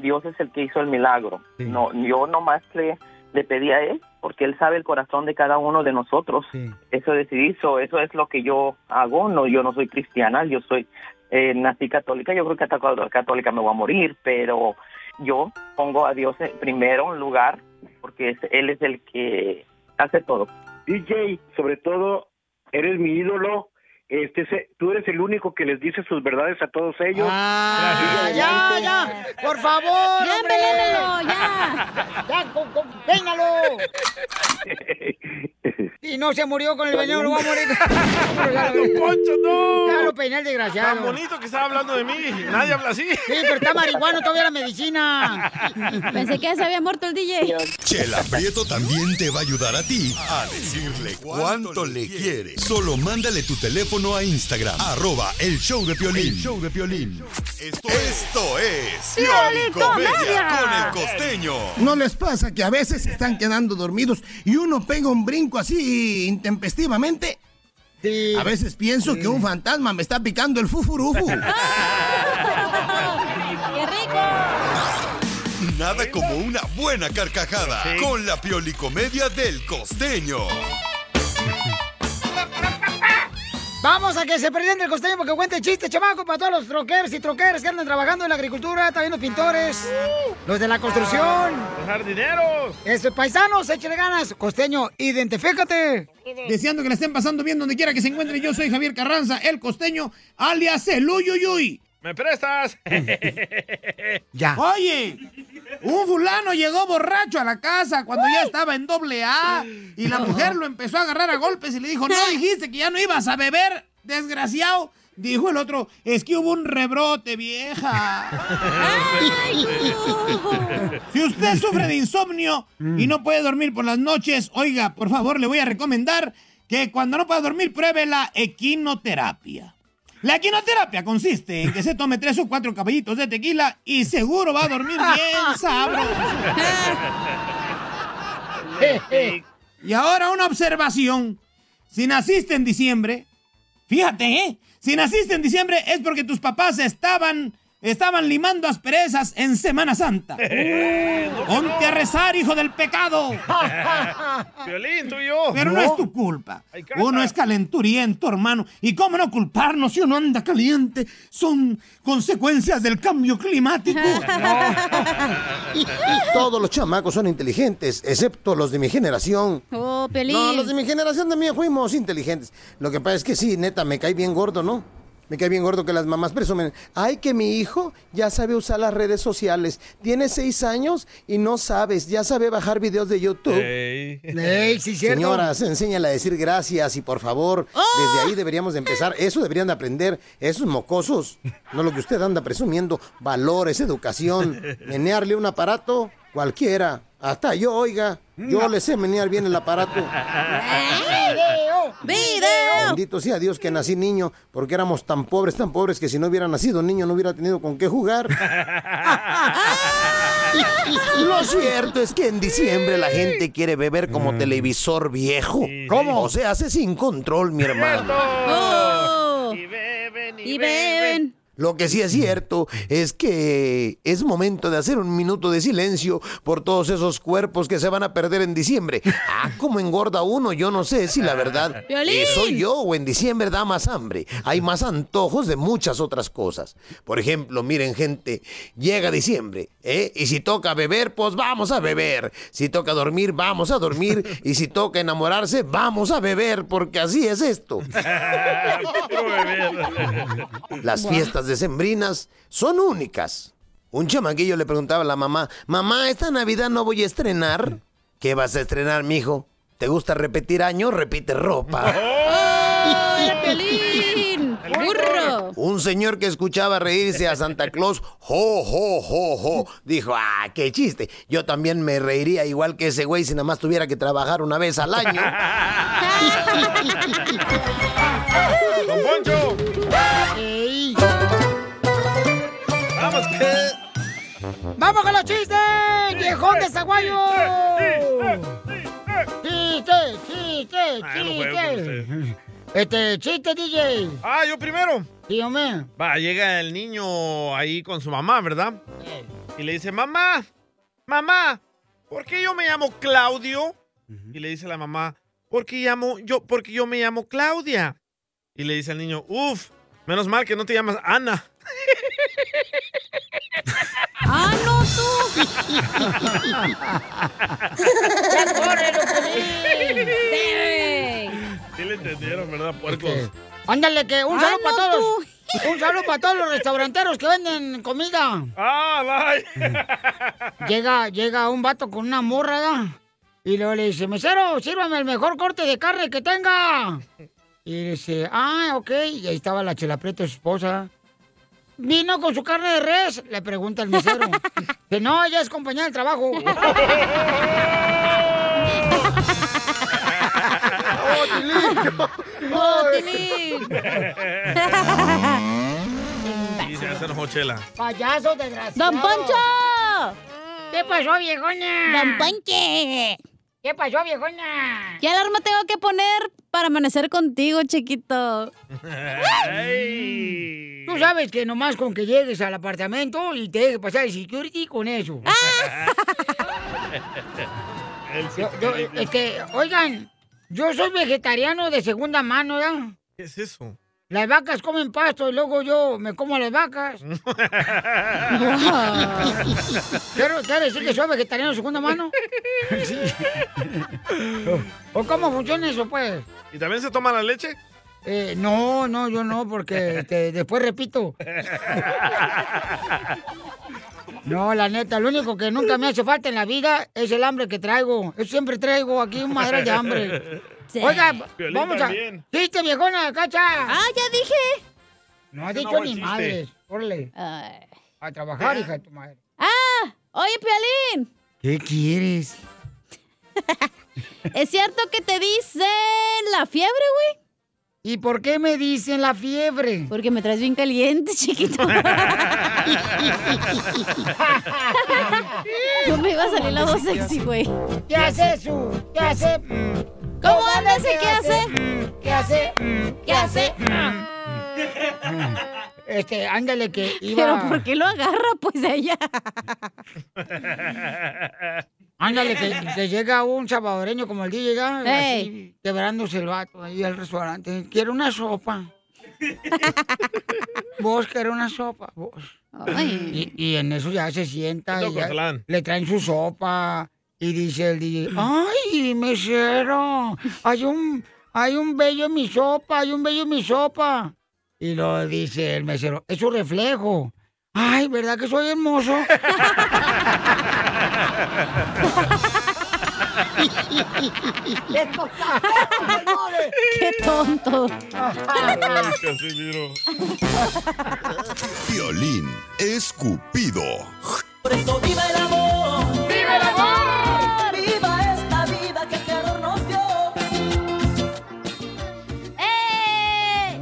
Dios es el que hizo el milagro. No, yo nomás le, le pedí a él porque él sabe el corazón de cada uno de nosotros. Eso decidí, so, eso es lo que yo hago. No, yo no soy cristiana, yo soy eh, nací católica. Yo creo que hasta cuando católica me voy a morir, pero yo pongo a Dios en primero lugar porque es- él es el que hace todo.
DJ, sobre todo, eres mi ídolo. Este, se- tú eres el único que les dice sus verdades a todos ellos.
Ah, ya, ya, por favor.
Ya,
hombre.
envenénalo,
ya. Ya, co- co- véngalo. Y no se murió con el veneno, lo va a morir.
Don Poncho, no.
Ya lo peiné el desgraciado.
Tan bonito que estaba hablando de mí. Nadie habla así.
Sí, pero está marihuano todavía la medicina.
Pensé que ya se había muerto el DJ.
Chela Prieto también te va a ayudar a ti a decirle cuánto le quiere. Solo mándale tu teléfono a Instagram, arroba el show de Piolín.
El
show de Piolín. Esto, esto es
Piolín
Comedia
Comedia.
con el costeño.
¿No les pasa que a veces se están quedando dormidos y uno pega un brinco así intempestivamente? A veces pienso que un fantasma me está picando el fufurufu.
¡Qué rico!
Nada como una buena carcajada con la piolicomedia del costeño.
Vamos a que se presente el costeño porque cuente chiste, chamaco, para todos los troqueros y troqueros que andan trabajando en la agricultura, también los pintores, los de la construcción. Los jardineros. Esos paisanos, échale ganas. Costeño, identifícate.
Deseando que la estén pasando bien donde quiera que se encuentren, yo soy Javier Carranza, el costeño, alias el Uyuyuy.
¿Me prestas?
Ya.
Oye, un fulano llegó borracho a la casa cuando ya estaba en doble A y la mujer lo empezó a agarrar a golpes y le dijo, no dijiste que ya no ibas a beber, desgraciado. Dijo el otro, es que hubo un rebrote, vieja. Si usted sufre de insomnio y no puede dormir por las noches, oiga, por favor, le voy a recomendar que cuando no pueda dormir pruebe la equinoterapia. La equinoterapia consiste en que se tome tres o cuatro caballitos de tequila y seguro va a dormir bien sabroso. y ahora una observación. Si naciste en diciembre, fíjate, ¿eh? Si naciste en diciembre es porque tus papás estaban, estaban limando asperezas en Semana Santa. Ponte a rezar, hijo del pecado.
Violín, tú y yo.
Pero no es tu culpa. Uno es calenturiento, hermano. ¿Y cómo no culparnos si uno anda caliente? Son consecuencias del cambio climático.
Todos los chamacos son inteligentes, excepto los de mi generación.
Oh, Pelín.
No, los de mi generación también fuimos inteligentes. Lo que pasa es que sí, neta, me cae bien gordo, ¿no? Me cae bien gordo que las mamás presumen. Ay, que mi hijo ya sabe usar las redes sociales. Tiene seis años y no sabes. Ya sabe bajar videos de YouTube.
Ey.
cierto.
Señoras, enséñale a decir gracias y por favor, desde ahí deberíamos de empezar. Eso deberían de aprender esos mocosos. No lo que usted anda presumiendo. Valores, educación. Menearle un aparato, cualquiera. Hasta yo, oiga. Yo le sé menear bien el aparato.
¡Video! ¡Video!
Bendito sea Dios que nací niño, porque éramos tan pobres, tan pobres que si no hubiera nacido niño no hubiera tenido con qué jugar. Lo cierto es que en diciembre la gente quiere beber como televisor viejo. Mm. ¿Cómo? O sea, hace sin control, mi hermano.
Oh. Y beben, y beben.
Lo que sí es cierto es que es momento de hacer un minuto de silencio por todos esos cuerpos que se van a perder en diciembre. Ah, cómo engorda uno, yo no sé si la verdad
¡Piolín!
eh, soy yo o en diciembre da más hambre. Hay más antojos de muchas otras cosas. Por ejemplo, miren gente, llega diciembre, ¿eh? Y si toca beber, pues vamos a beber. Si toca dormir, vamos a dormir. Y si toca enamorarse, vamos a beber, porque así es esto.
Ah,
Las fiestas decembrinas son únicas. Un chamaquillo le preguntaba a la mamá, mamá, esta Navidad no voy a estrenar. ¿Qué vas a estrenar, mijo? ¿Te gusta repetir año? Repite ropa.
Piolín! ¡Burro!
Un señor que escuchaba reírse a Santa Claus, jo, jo, jo, jo, dijo, ah, qué chiste. Yo también me reiría igual que ese güey si nada más tuviera que trabajar una vez al año.
¡Don Poncho! ¡Vamos, que!
¡Vamos con los chistes! ¡Viejón de Zaguayo! ¡Chiste, chiste,
Ah, yo no juego con
chiste!
usted.
Este, chiste, DJ.
Ah, yo primero.
Sí, hombre.
Va, llega el niño ahí con su mamá, ¿verdad?
Eh.
Y le dice, mamá, mamá, ¿por qué yo me llamo Claudio? Y le dice la mamá, ¿por qué llamo yo, porque yo me llamo Claudia? Y le dice al niño, uf, menos mal que no te llamas Ana.
¡Ah, no tú!
Sí le entendieron, ¿verdad, puercos?
Ándale, que un saludo para todos. Un saludo para todos los restauranteros que venden comida.
¡Ah,
Llega, llega un vato con una morra, ¿da? Y luego le dice, mesero, sírvame el mejor corte de carne que tenga. Y dice, ah, ok. Y ahí estaba la chela Prieto, su esposa. ¿Vino con su carne de res? Le pregunta el mesero. que no, ella es compañera del trabajo.
Y se hace enojó Chela.
¡Payaso desgraciado!
¡Don Poncho!
¿Qué pasó, viejona?
¡Don Ponche!
¿Qué pasó, viejona?
¿Qué alarma tengo que poner para amanecer contigo, chiquito?
Tú sabes que nomás con que llegues al apartamento y te deje pasar el security con eso.
Ah.
El
Yo- yo- este, oigan, yo soy vegetariano de segunda mano, ¿verdad?
¿Qué es eso?
Las vacas comen pasto y luego yo me como a las vacas. ¿Quiero, quiere decir que soy vegetariano de segunda mano? Sí. ¿O cómo funciona eso, pues?
¿Y también se toma la leche?
Eh, no, no, yo no, porque este, después repito. No, la neta, lo único que nunca me hace falta en la vida es el hambre que traigo. Yo siempre traigo aquí un madral de hambre.
Sí.
Oiga,
Piolín
vamos a...
también.
¿Viste, viejona, cacha?
¡Ah, ya dije!
No ha
Ese no
dicho
fue
ni
el chiste.
madre. Órale. A trabajar, hija de tu madre.
¡Ah! Oye, Piolín,
¿Qué quieres?
¿es cierto que te dicen la fiebre, güey?
¿Y por qué me dicen la fiebre?
Porque me traes bien caliente, chiquito. Yo me iba a salir la voz sexy, güey.
¿Qué hace su? ¿Qué hace?
¿Cómo anda ese qué hace?
¿Qué hace? Mm. ¿Qué hace? Este, ándale que iba...
Pero ¿por qué lo agarra, pues, de allá?
Ándale, que, que llega un salvadoreño como el DJ, ya,
Ey.
así, quebrándose el vato ahí al restaurante. Quiero una sopa. vos quiero una sopa, vos. Y, y en eso ya se sienta
Tito
y ya
Cortalán.
le traen su sopa y dice el DJ, ¡ay, mesero! Hay un, hay un bello en mi sopa, hay un bello en mi sopa. Y lo dice el mesero, es su reflejo. ¡Ay, verdad que soy hermoso!
¡Estos caseros, señores!
¡Qué tonto!
Violín escupido.
Por eso viva el amor.
¡Viva el amor!
Viva esta vida que el calor nos dio.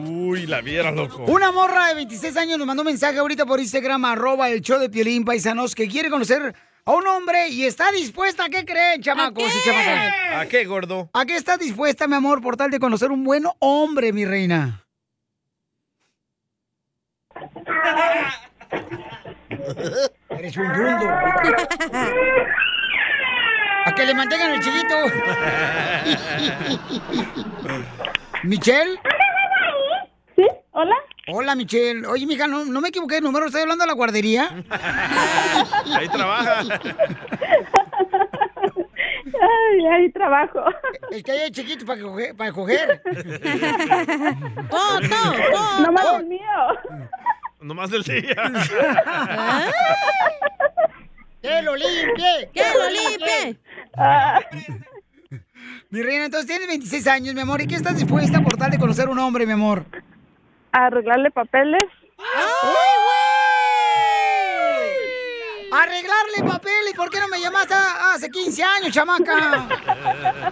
Uy, la vieras, loco.
Una morra de 26 años nos mandó un mensaje ahorita por Instagram, arroba el show de Piolín Paisanos, que quiere conocer a un hombre y está dispuesta, ¿qué creen, chamacos y chamacas?
¿A qué, gordo?
¿A qué estás dispuesta, mi amor, por tal de conocer un buen hombre, mi reina? Eres un yundo. A que le mantengan el chiquito. ¿Michelle? ¿Sí? ¿Hola? Hola, Michelle. Oye, mija, no, no me equivoqué de número. ¿Estoy hablando de la guardería?
Ahí trabaja.
Ay, ahí trabajo. Es que ahí hay chiquitos para coger. Para coger. Oh,
No más el mío.
Nomás del día.
¡Que lo limpie!
¡Que lo
limpie! Mi reina, entonces tienes 26 años, mi amor. ¿Y qué estás dispuesta por tal de conocer a un hombre, mi amor?
arreglarle papeles.
¡Arreglarle papeles! ¿Por qué no me llamaste a- hace 15 años, chamaca?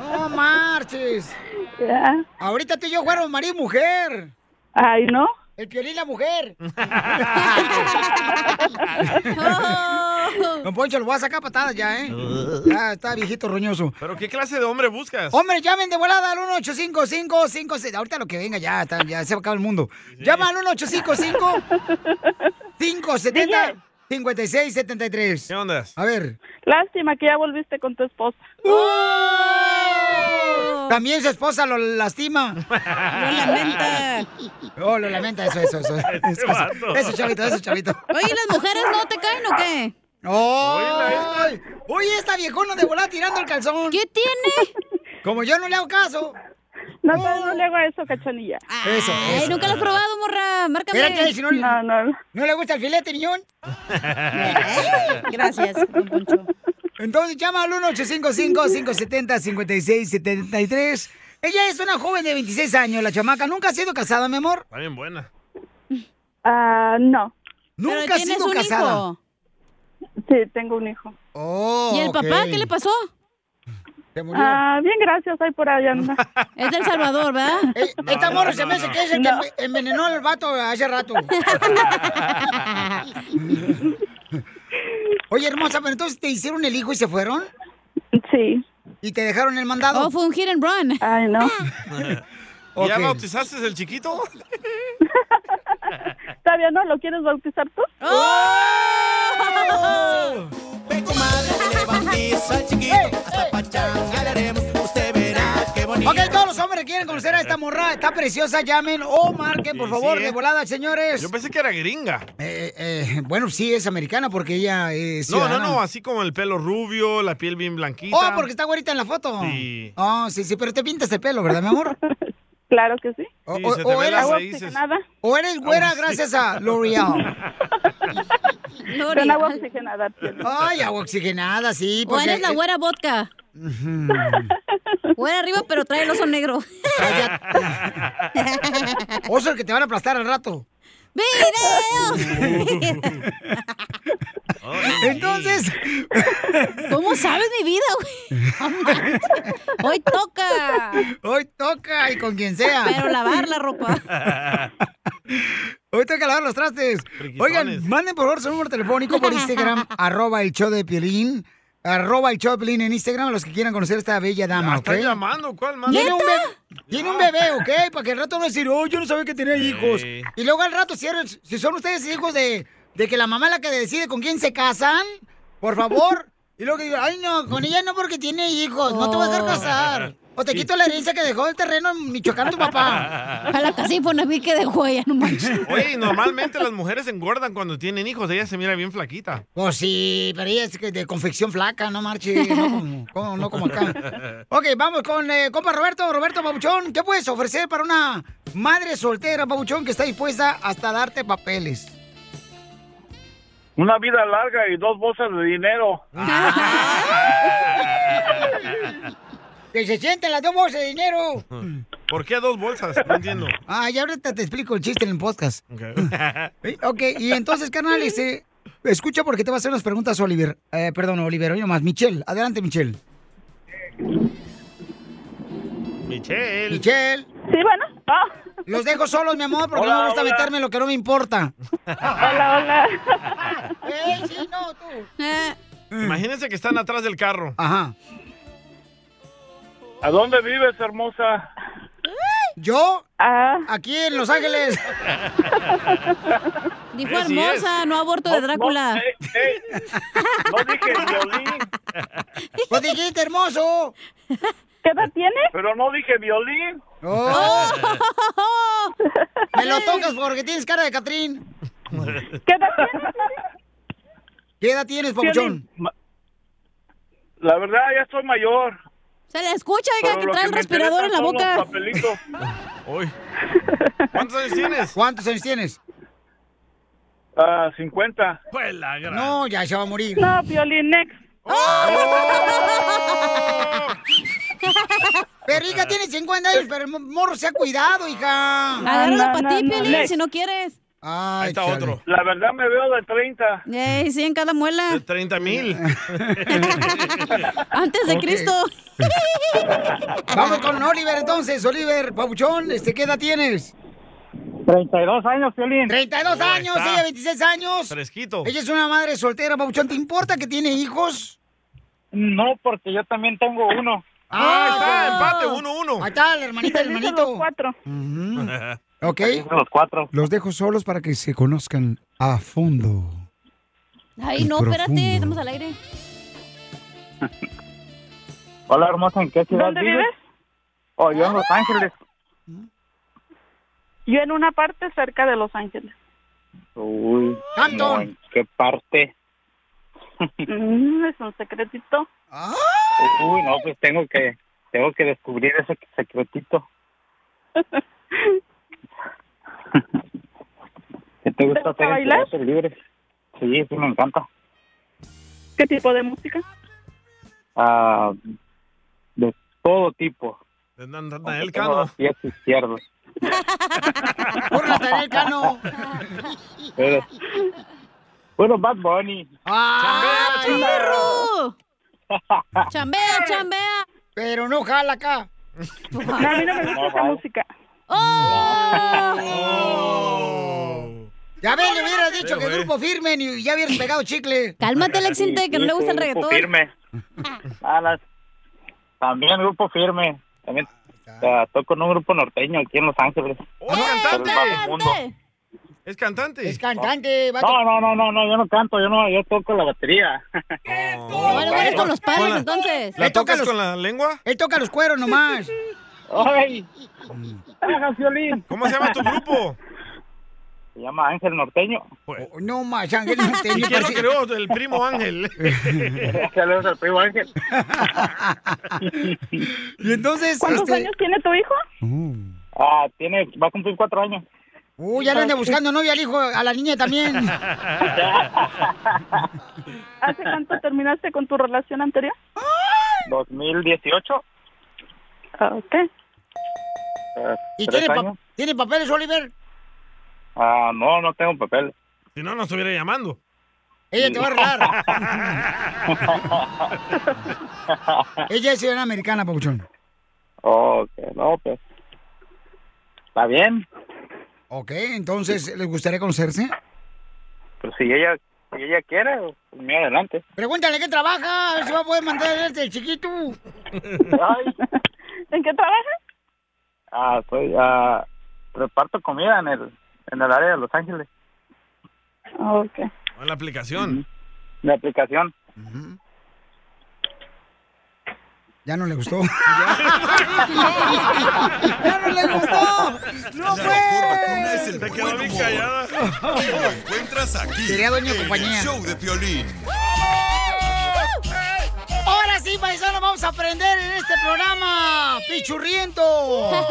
¡No marches! Ahorita tú y yo fuéramos marido y mujer.
Ay, ¿no?
El piolín la mujer. Don Poncho, lo voy a sacar a patadas ya, ¿eh? Ya está viejito roñoso.
¿Pero qué clase de hombre buscas?
Hombre, llamen de volada al 1855 Ahorita lo que venga ya, está- ya se acaba el mundo. Llama al 1855 570 5673. ¿Qué
onda?
A ver.
Lástima que ya volviste con tu esposa.
¡Oh! También su esposa lo lastima. Lo
lamenta.
Oh, lo lamenta, eso, eso, eso. Eso, eso,
vato.
Eso, chavito, eso, chavito.
Oye, ¿y ¿las mujeres no te caen
Ah.
o qué?
¡Ay! Oye, esta viejona de volada tirando el calzón. ¿Qué tiene? Como yo no le hago caso.
No, no, no le hago eso, cachanilla.
Eso,
Ay,
eso.
Ah, eh, nunca lo has probado, morra. Márcame.
Espérate, si no,
no, no.
le gusta el filete, niñón.
Gracias, don Poncho.
Entonces llama al 1-855-570-5673. Ella es una joven de 26 años, la chamaca. ¿Nunca ha sido casada, mi amor?
Está bien buena.
Ah, no.
¿Nunca ha sido casada?
Sí, tengo un hijo.
Oh,
¿Y el papá qué le pasó?
Se murió.
Ah, bien, gracias. Ahí por allá anda.
Es del Salvador, ¿verdad?
Eh, Esta morra se me hace que es el que enve- envenenó al vato hace rato. Oye, hermosa, pero entonces te hicieron el hijo y se fueron.
Sí.
¿Y te dejaron el mandado?
Oh, fue un hit and run.
Ay, no.
¿Y ¿Ya
Ok.
bautizaste el chiquito?
Todavía no lo quieres bautizar tú.
¡Oh!
Ok, todos los hombres que quieren conocer a esta morra, está preciosa, llamen o marquen, por
Sí,
favor,
sí,
de
eh.
volada, señores. Eh,
Yo pensé que era gringa.
bueno, sí, es americana porque ella es
No, no,
ciudadana.
no, así como el pelo rubio, la piel bien blanquita.
Oh, porque está güerita en la foto.
Sí.
Oh, sí, sí, pero te pintas el pelo, ¿verdad, mi amor?
Claro que sí.
O,
Sí,
o-
se te
o
ven
eres,
las raíces.
o eres güera
Agua
gracias
oxigenada.
a L'Oreal.
Con agua oxigenada. tiene.
Ay, agua oxigenada, sí.
O eres la güera vodka. Güera arriba, pero trae el oso negro.
Oso el que te van a aplastar al rato.
¡Video!
Entonces.
¿Cómo sabes mi vida, güey? No manches. Hoy toca.
Hoy toca y con quien sea.
Pero lavar la ropa.
Hoy tengo que lavar los trastes. Oigan, manden por favor su número telefónico por Instagram, arroba el show de Piolín, arroba el show de Piolín en Instagram, a los que quieran conocer a esta bella dama, ¿ok?
Está llamando, ¿cuál más?
Tiene un, bebé, tiene un bebé, ¿ok? Para que el rato no decir, oh, yo no sabía que tenía hijos. Y luego al rato, si, eres- si son ustedes hijos de, de que la mamá es la que decide con quién se casan, por favor. Y luego que digan, ay, no, con ella no porque tiene hijos, no te voy a dejar casar. O te quito la herencia que dejó el terreno en Michoacán tu papá.
A la casífona vi que dejó ella, no manches.
Oye, y normalmente las mujeres engordan cuando tienen hijos. Ella se mira bien flaquita.
Pues sí, pero ella es que de confección flaca, no marche, no como, como- no como acá. Ok, vamos con eh, compa Roberto, Roberto Pabuchón. ¿Qué puedes ofrecer para una madre soltera, Pabuchón, que está dispuesta hasta darte papeles?
Una vida larga y dos bolsas de dinero.
Que se sienten las dos bolsas de dinero.
¿Por qué dos bolsas? No entiendo.
Ah, ya ahorita te explico el chiste en el podcast. Eh, Ok, y entonces, carnal, este, escucha porque te va a hacer unas preguntas, Oliver. Eh, perdón, Oliver, oye nomás, Michelle. Adelante, Michelle.
Michelle.
Michelle.
Sí, bueno.
Los dejo solos, mi amor, porque
Hola,
no me gusta
hola.
meterme en lo que no me importa.
Hola,
hola. ¡Ey, Eh, sí, no, tú!
Eh.
Mm.
Imagínense que están atrás del carro.
Ajá.
¿A dónde vives, hermosa?
¿Yo?
Ah.
Aquí en Los Ángeles.
Dijo hermosa, no aborto de Drácula.
Pues dijiste hermoso.
¿Qué edad tiene?
Pero no dije violín.
Oh. Me lo tocas porque tienes cara de Catrín.
¿Qué edad tienes?
¿Qué edad tienes, Pabuchón?
La verdad, ya estoy mayor.
Se le escucha, oiga,
Pero
que
lo
trae el
me
respirador en la
interesan son los
boca.
papelitos.
¿Cuántos años tienes? ¿Cuántos años tienes?
Ah, 50.
Pues la gran.
No, ya se va a morir.
No, violín next.
Pero hija tiene 50 años, pero el mo- morro se ha cuidado, hija.
Agárralo
la
pa' ti, Piolín, si Ah, no quieres.
Ay,
está
chale.
otro.
La verdad, me veo de 30.
Ey, sí, en cada muela.
30 mil.
Antes de
Ok.
Cristo.
Vamos con Oliver entonces, Oliver, Pabuchón, este, ¿qué edad tienes?
32 años, Piolín.
32
Ahí
años,
está.
ella 26 años.
Fresquito.
Ella es una madre soltera, Pabuchón, ¿te importa que tiene hijos?
No, porque yo también tengo uno.
Ah,
ahí está,
empate, 1-1. Ahí está, la hermanita, el hermanito. Los cuatro. Ok.
Los cuatro.
Los dejo solos para que se conozcan a fondo.
Ay, no, espérate,
Profundo.
estamos al aire.
Hola, hermosa, ¿en qué ciudad
¿Dónde
vives?
vives?
Oh, yo en Los Ángeles.
Yo en una parte cerca de Los Ángeles.
Uy.
Tanto.
no, ¿En qué parte?
Mm, es un secretito.
Uy, no, pues tengo que tengo que descubrir ese secretito. ¿Qué te gusta hacer en
bailar?
tus ratos libres? Sí, sí, me encanta.
¿Qué tipo de música?
Ah, de todo tipo.
Natanael
Tengo
Cano.
los pies izquierdos.
Por Natanael Cano.
Pero- Bueno, Bad Bunny.
¡Ay,
perro! ¡Chambea, chambea!
Pero no jala acá.
No, a mí no me gusta
No,
esa
vale.
música.
¡Oh!
Oh. Ya ven, le hubieras dicho que grupo firme y ya hubieras pegado chicle.
Cálmate, Alex,
Sí,
siente que no
sí,
le gusta
sí,
el
grupo
reggaetón.
firme. Ah, las- También grupo firme. También ah, toco en un grupo norteño aquí en Los Ángeles. Pero es bajo mundo.
¡Oh, Es cantante.
Es cantante, Este vato.
No, no, no, no, no, yo no canto, yo no, yo toco la batería.
Bueno, bueno, con los
Con
padres,
la-
entonces.
¿La tocas con
la lengua?
Él toca los cueros nomás.
¡Ay! ¿Cómo
se
Este
llama tu grupo?
Se llama Ángel Norteño.
Oh, No más, Ángel Norteño. pues
Pues. ¿Y quién lo
parece-
creó? El primo Ángel. Saludos al primo Ángel.
y entonces,
¿Cuántos
este-
años tiene tu hijo? Ah, tiene, va a cumplir cuatro años.
Uy, ya le anda buscando novia al hijo, a la niña también.
¿Hace cuánto terminaste con tu relación anterior?
2018.
Ah, Ok.
eh,
¿Y
tres
tiene, pa-
años.
tiene papeles, Oliver?
Ah, no, no tengo papel.
Si no, nos estuviera llamando.
Ella te va a arreglar. Ella es ciudadana americana, Pauchón.
Ok, no, pues. Está bien.
Ok, entonces, ¿les gustaría conocerse?
Pues si ella, si ella quiere, pues mira adelante.
Pregúntale qué trabaja, a ver si va a poder mandar el chiquito.
¿En qué trabaja?
Ah, soy, ah, reparto comida en el, en el área de Los Ángeles.
Ok.
O en la aplicación.
Mi aplicación.
Ya no le gustó. ¡Ya no le gustó! ¡No pues. fue!
Te quedó bien callada. Y lo encuentras aquí.
Sería dueño de
en el
compañía.
show de Piolín.
Ahora sí, paisanos, vamos a aprender en este programa. ¡Pichurriento!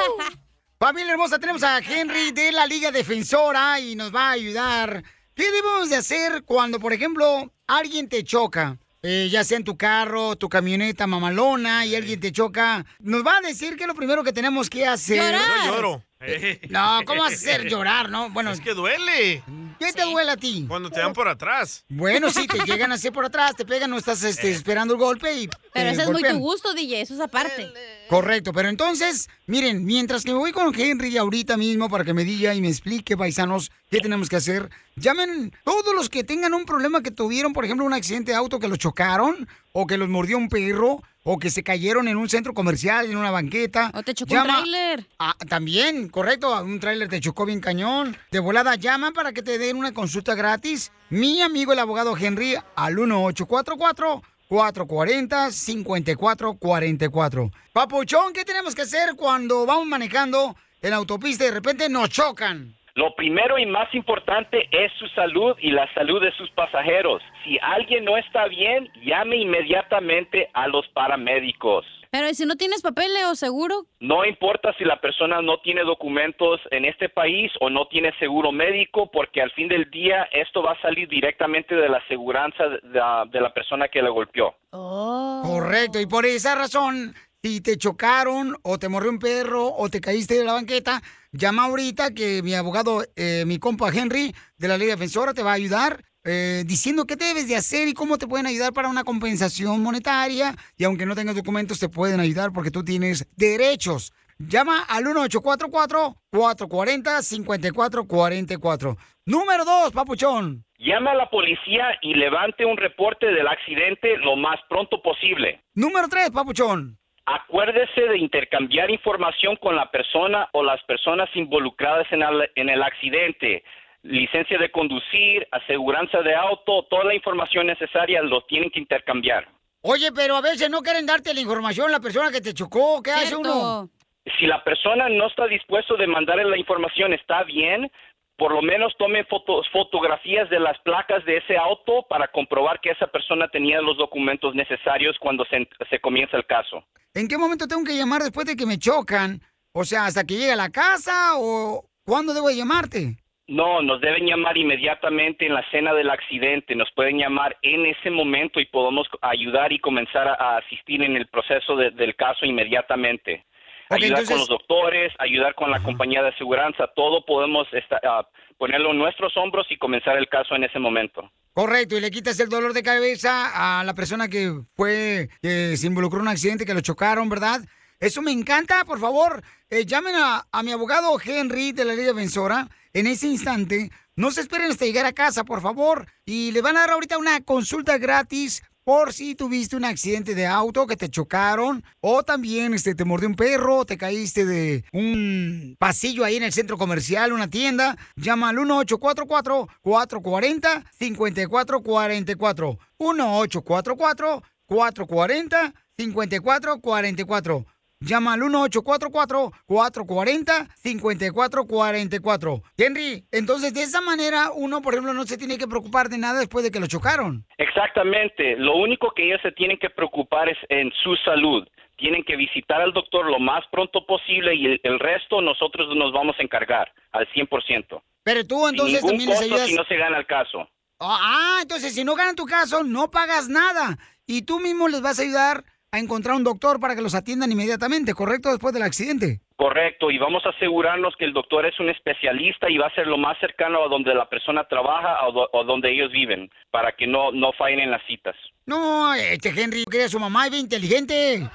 Familia hermosa, tenemos a Henry de la Liga Defensora y nos va a ayudar. ¿Qué debemos de hacer cuando, por ejemplo, alguien te choca? Eh, ya sea en tu carro, tu camioneta mamalona y alguien te choca. Nos va a decir que lo primero que tenemos que hacer...
Yo lloro. Eh,
No, ¿cómo vas a hacer llorar, no? Bueno,
es que duele.
¿Qué te duele a ti?
Cuando te dan por atrás. Eh.
Bueno, sí, te llegan así por atrás, te pegan, no estás este, esperando el golpe y...
Pero
te
ese es muy tu
golpean.
gusto, DJ, eso es aparte.
Correcto, pero entonces, miren, mientras que voy con Henry ahorita mismo para que me diga y me explique, paisanos, qué tenemos que hacer, llamen todos los que tengan un problema que tuvieron, por ejemplo, un accidente de auto que los chocaron, o que los mordió un perro, o que se cayeron en un centro comercial, en una banqueta. O te
chocó un tráiler.
Ah, también, correcto, un tráiler te chocó bien cañón. De volada, llama para que te den una consulta gratis. Mi amigo el abogado Henry al 1844. 440-5444. Papuchón, ¿qué tenemos que hacer cuando vamos manejando en la autopista y de repente nos chocan?
Lo primero y más importante es su salud y la salud de sus pasajeros. Si alguien no está bien, llame inmediatamente a los paramédicos.
Pero ¿y si no tienes papeles o seguro?
No importa si la persona no tiene documentos en este país o no tiene seguro médico, porque al fin del día esto va a salir directamente de la aseguranza de la, de la persona que le golpeó.
Correcto, y por esa razón, si te chocaron o te morrió un perro o te caíste de la banqueta, llama ahorita que mi abogado, eh, mi compa Henry de la Ley Defensora te va a ayudar. eh, diciendo qué debes de hacer y cómo te pueden ayudar para una compensación monetaria. Y aunque no tengas documentos, te pueden ayudar porque tú tienes derechos. Llama al 1844-440-5444. Número 2, papuchón.
Llame a la policía y levante un reporte del accidente lo más pronto posible.
Número 3, papuchón.
Acuérdese de intercambiar información con la persona o las personas involucradas en el, en el accidente. Licencia de conducir, aseguranza de auto, toda la información necesaria lo tienen que intercambiar.
Oye, pero a veces no quieren darte la información la persona que te chocó. ¿Qué hace uno?
Si la persona no está dispuesto de mandarle la información, está bien. Por lo menos tome fotos, fotografías de las placas de ese auto para comprobar que esa persona tenía los documentos necesarios cuando se, se comienza el caso.
¿En qué momento tengo que llamar después de que me chocan? O sea, hasta que llegue a la casa o cuándo debo de llamarte?
No, nos deben llamar inmediatamente en la escena del accidente. Nos pueden llamar en ese momento y podemos ayudar y comenzar a, a asistir en el proceso de- del caso inmediatamente.
Ok,
ayudar
entonces-
con los doctores, ayudar con la compañía de aseguranza, todo podemos esta- ah, ponerlo en nuestros hombros y comenzar el caso en ese momento.
Correcto, y le quitas el dolor de cabeza a la persona que fue, que se involucró en un accidente, que lo chocaron, ¿verdad? Eso me encanta, por favor, eh, llamen a, a mi abogado Henry de la Ley Defensora en ese instante. No se esperen hasta llegar a casa, por favor, y le van a dar ahorita una consulta gratis por si tuviste un accidente de auto que te chocaron o también este te mordió un perro, te caíste de un pasillo ahí en el centro comercial, una tienda, llama al 1844 440 5444. 1844 440 5444. Llama al 1844-440-5444. Henry, entonces de esa manera uno, por ejemplo, no se tiene que preocupar de nada después de que lo chocaron.
Exactamente. Lo único que ellos se tienen que preocupar es en su salud. Tienen que visitar al doctor lo más pronto posible y el, el resto nosotros nos vamos a encargar al 100%.
Pero tú entonces
Sin ningún
también les
costo
ayudas.
si no se gana el caso.
Ah, ah, entonces si no ganan tu caso, no pagas nada. Y tú mismo les vas a ayudar a encontrar un doctor para que los atiendan inmediatamente, ¿correcto? Después del accidente.
Correcto, y vamos a asegurarnos que el doctor es un especialista y va a ser lo más cercano a donde la persona trabaja o, do- o donde ellos viven, para que no, no fallen en las citas.
No, este Henry crea su mamá y bien inteligente.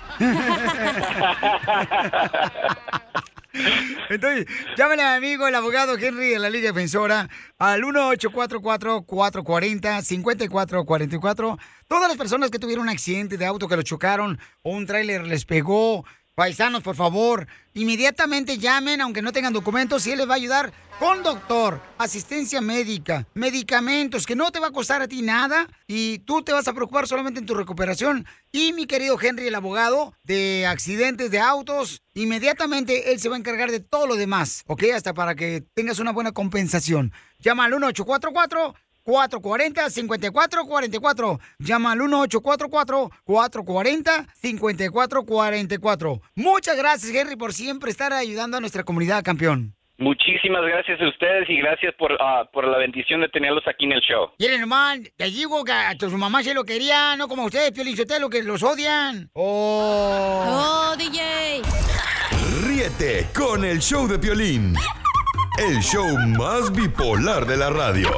Entonces, llámenle a mi amigo, el abogado Henry de la Liga Defensora, al 1844-440-5444. Todas las personas que tuvieron un accidente de auto que lo chocaron o un tráiler les pegó, paisanos, por favor, inmediatamente llamen, aunque no tengan documentos, y él les va a ayudar con doctor, asistencia médica, medicamentos, que no te va a costar a ti nada y tú te vas a preocupar solamente en tu recuperación. Y mi querido Henry, el abogado de accidentes de autos, inmediatamente él se va a encargar de todo lo demás, ¿ok? Hasta para que tengas una buena compensación. Llama al 1844. 440-5444. Llama al 1844-440-5444. Muchas gracias, Henry, por siempre estar ayudando a nuestra comunidad, campeón.
Muchísimas gracias a ustedes y gracias por, ah, por la bendición de tenerlos aquí en el show.
Miren nomás, te digo que a tu- su mamá se lo quería, no como ustedes, Pio Linsotelo, que los odian. ¡Oh!
¡Oh, DJ!
Ríete con el show de Piolín. El show más bipolar de la radio.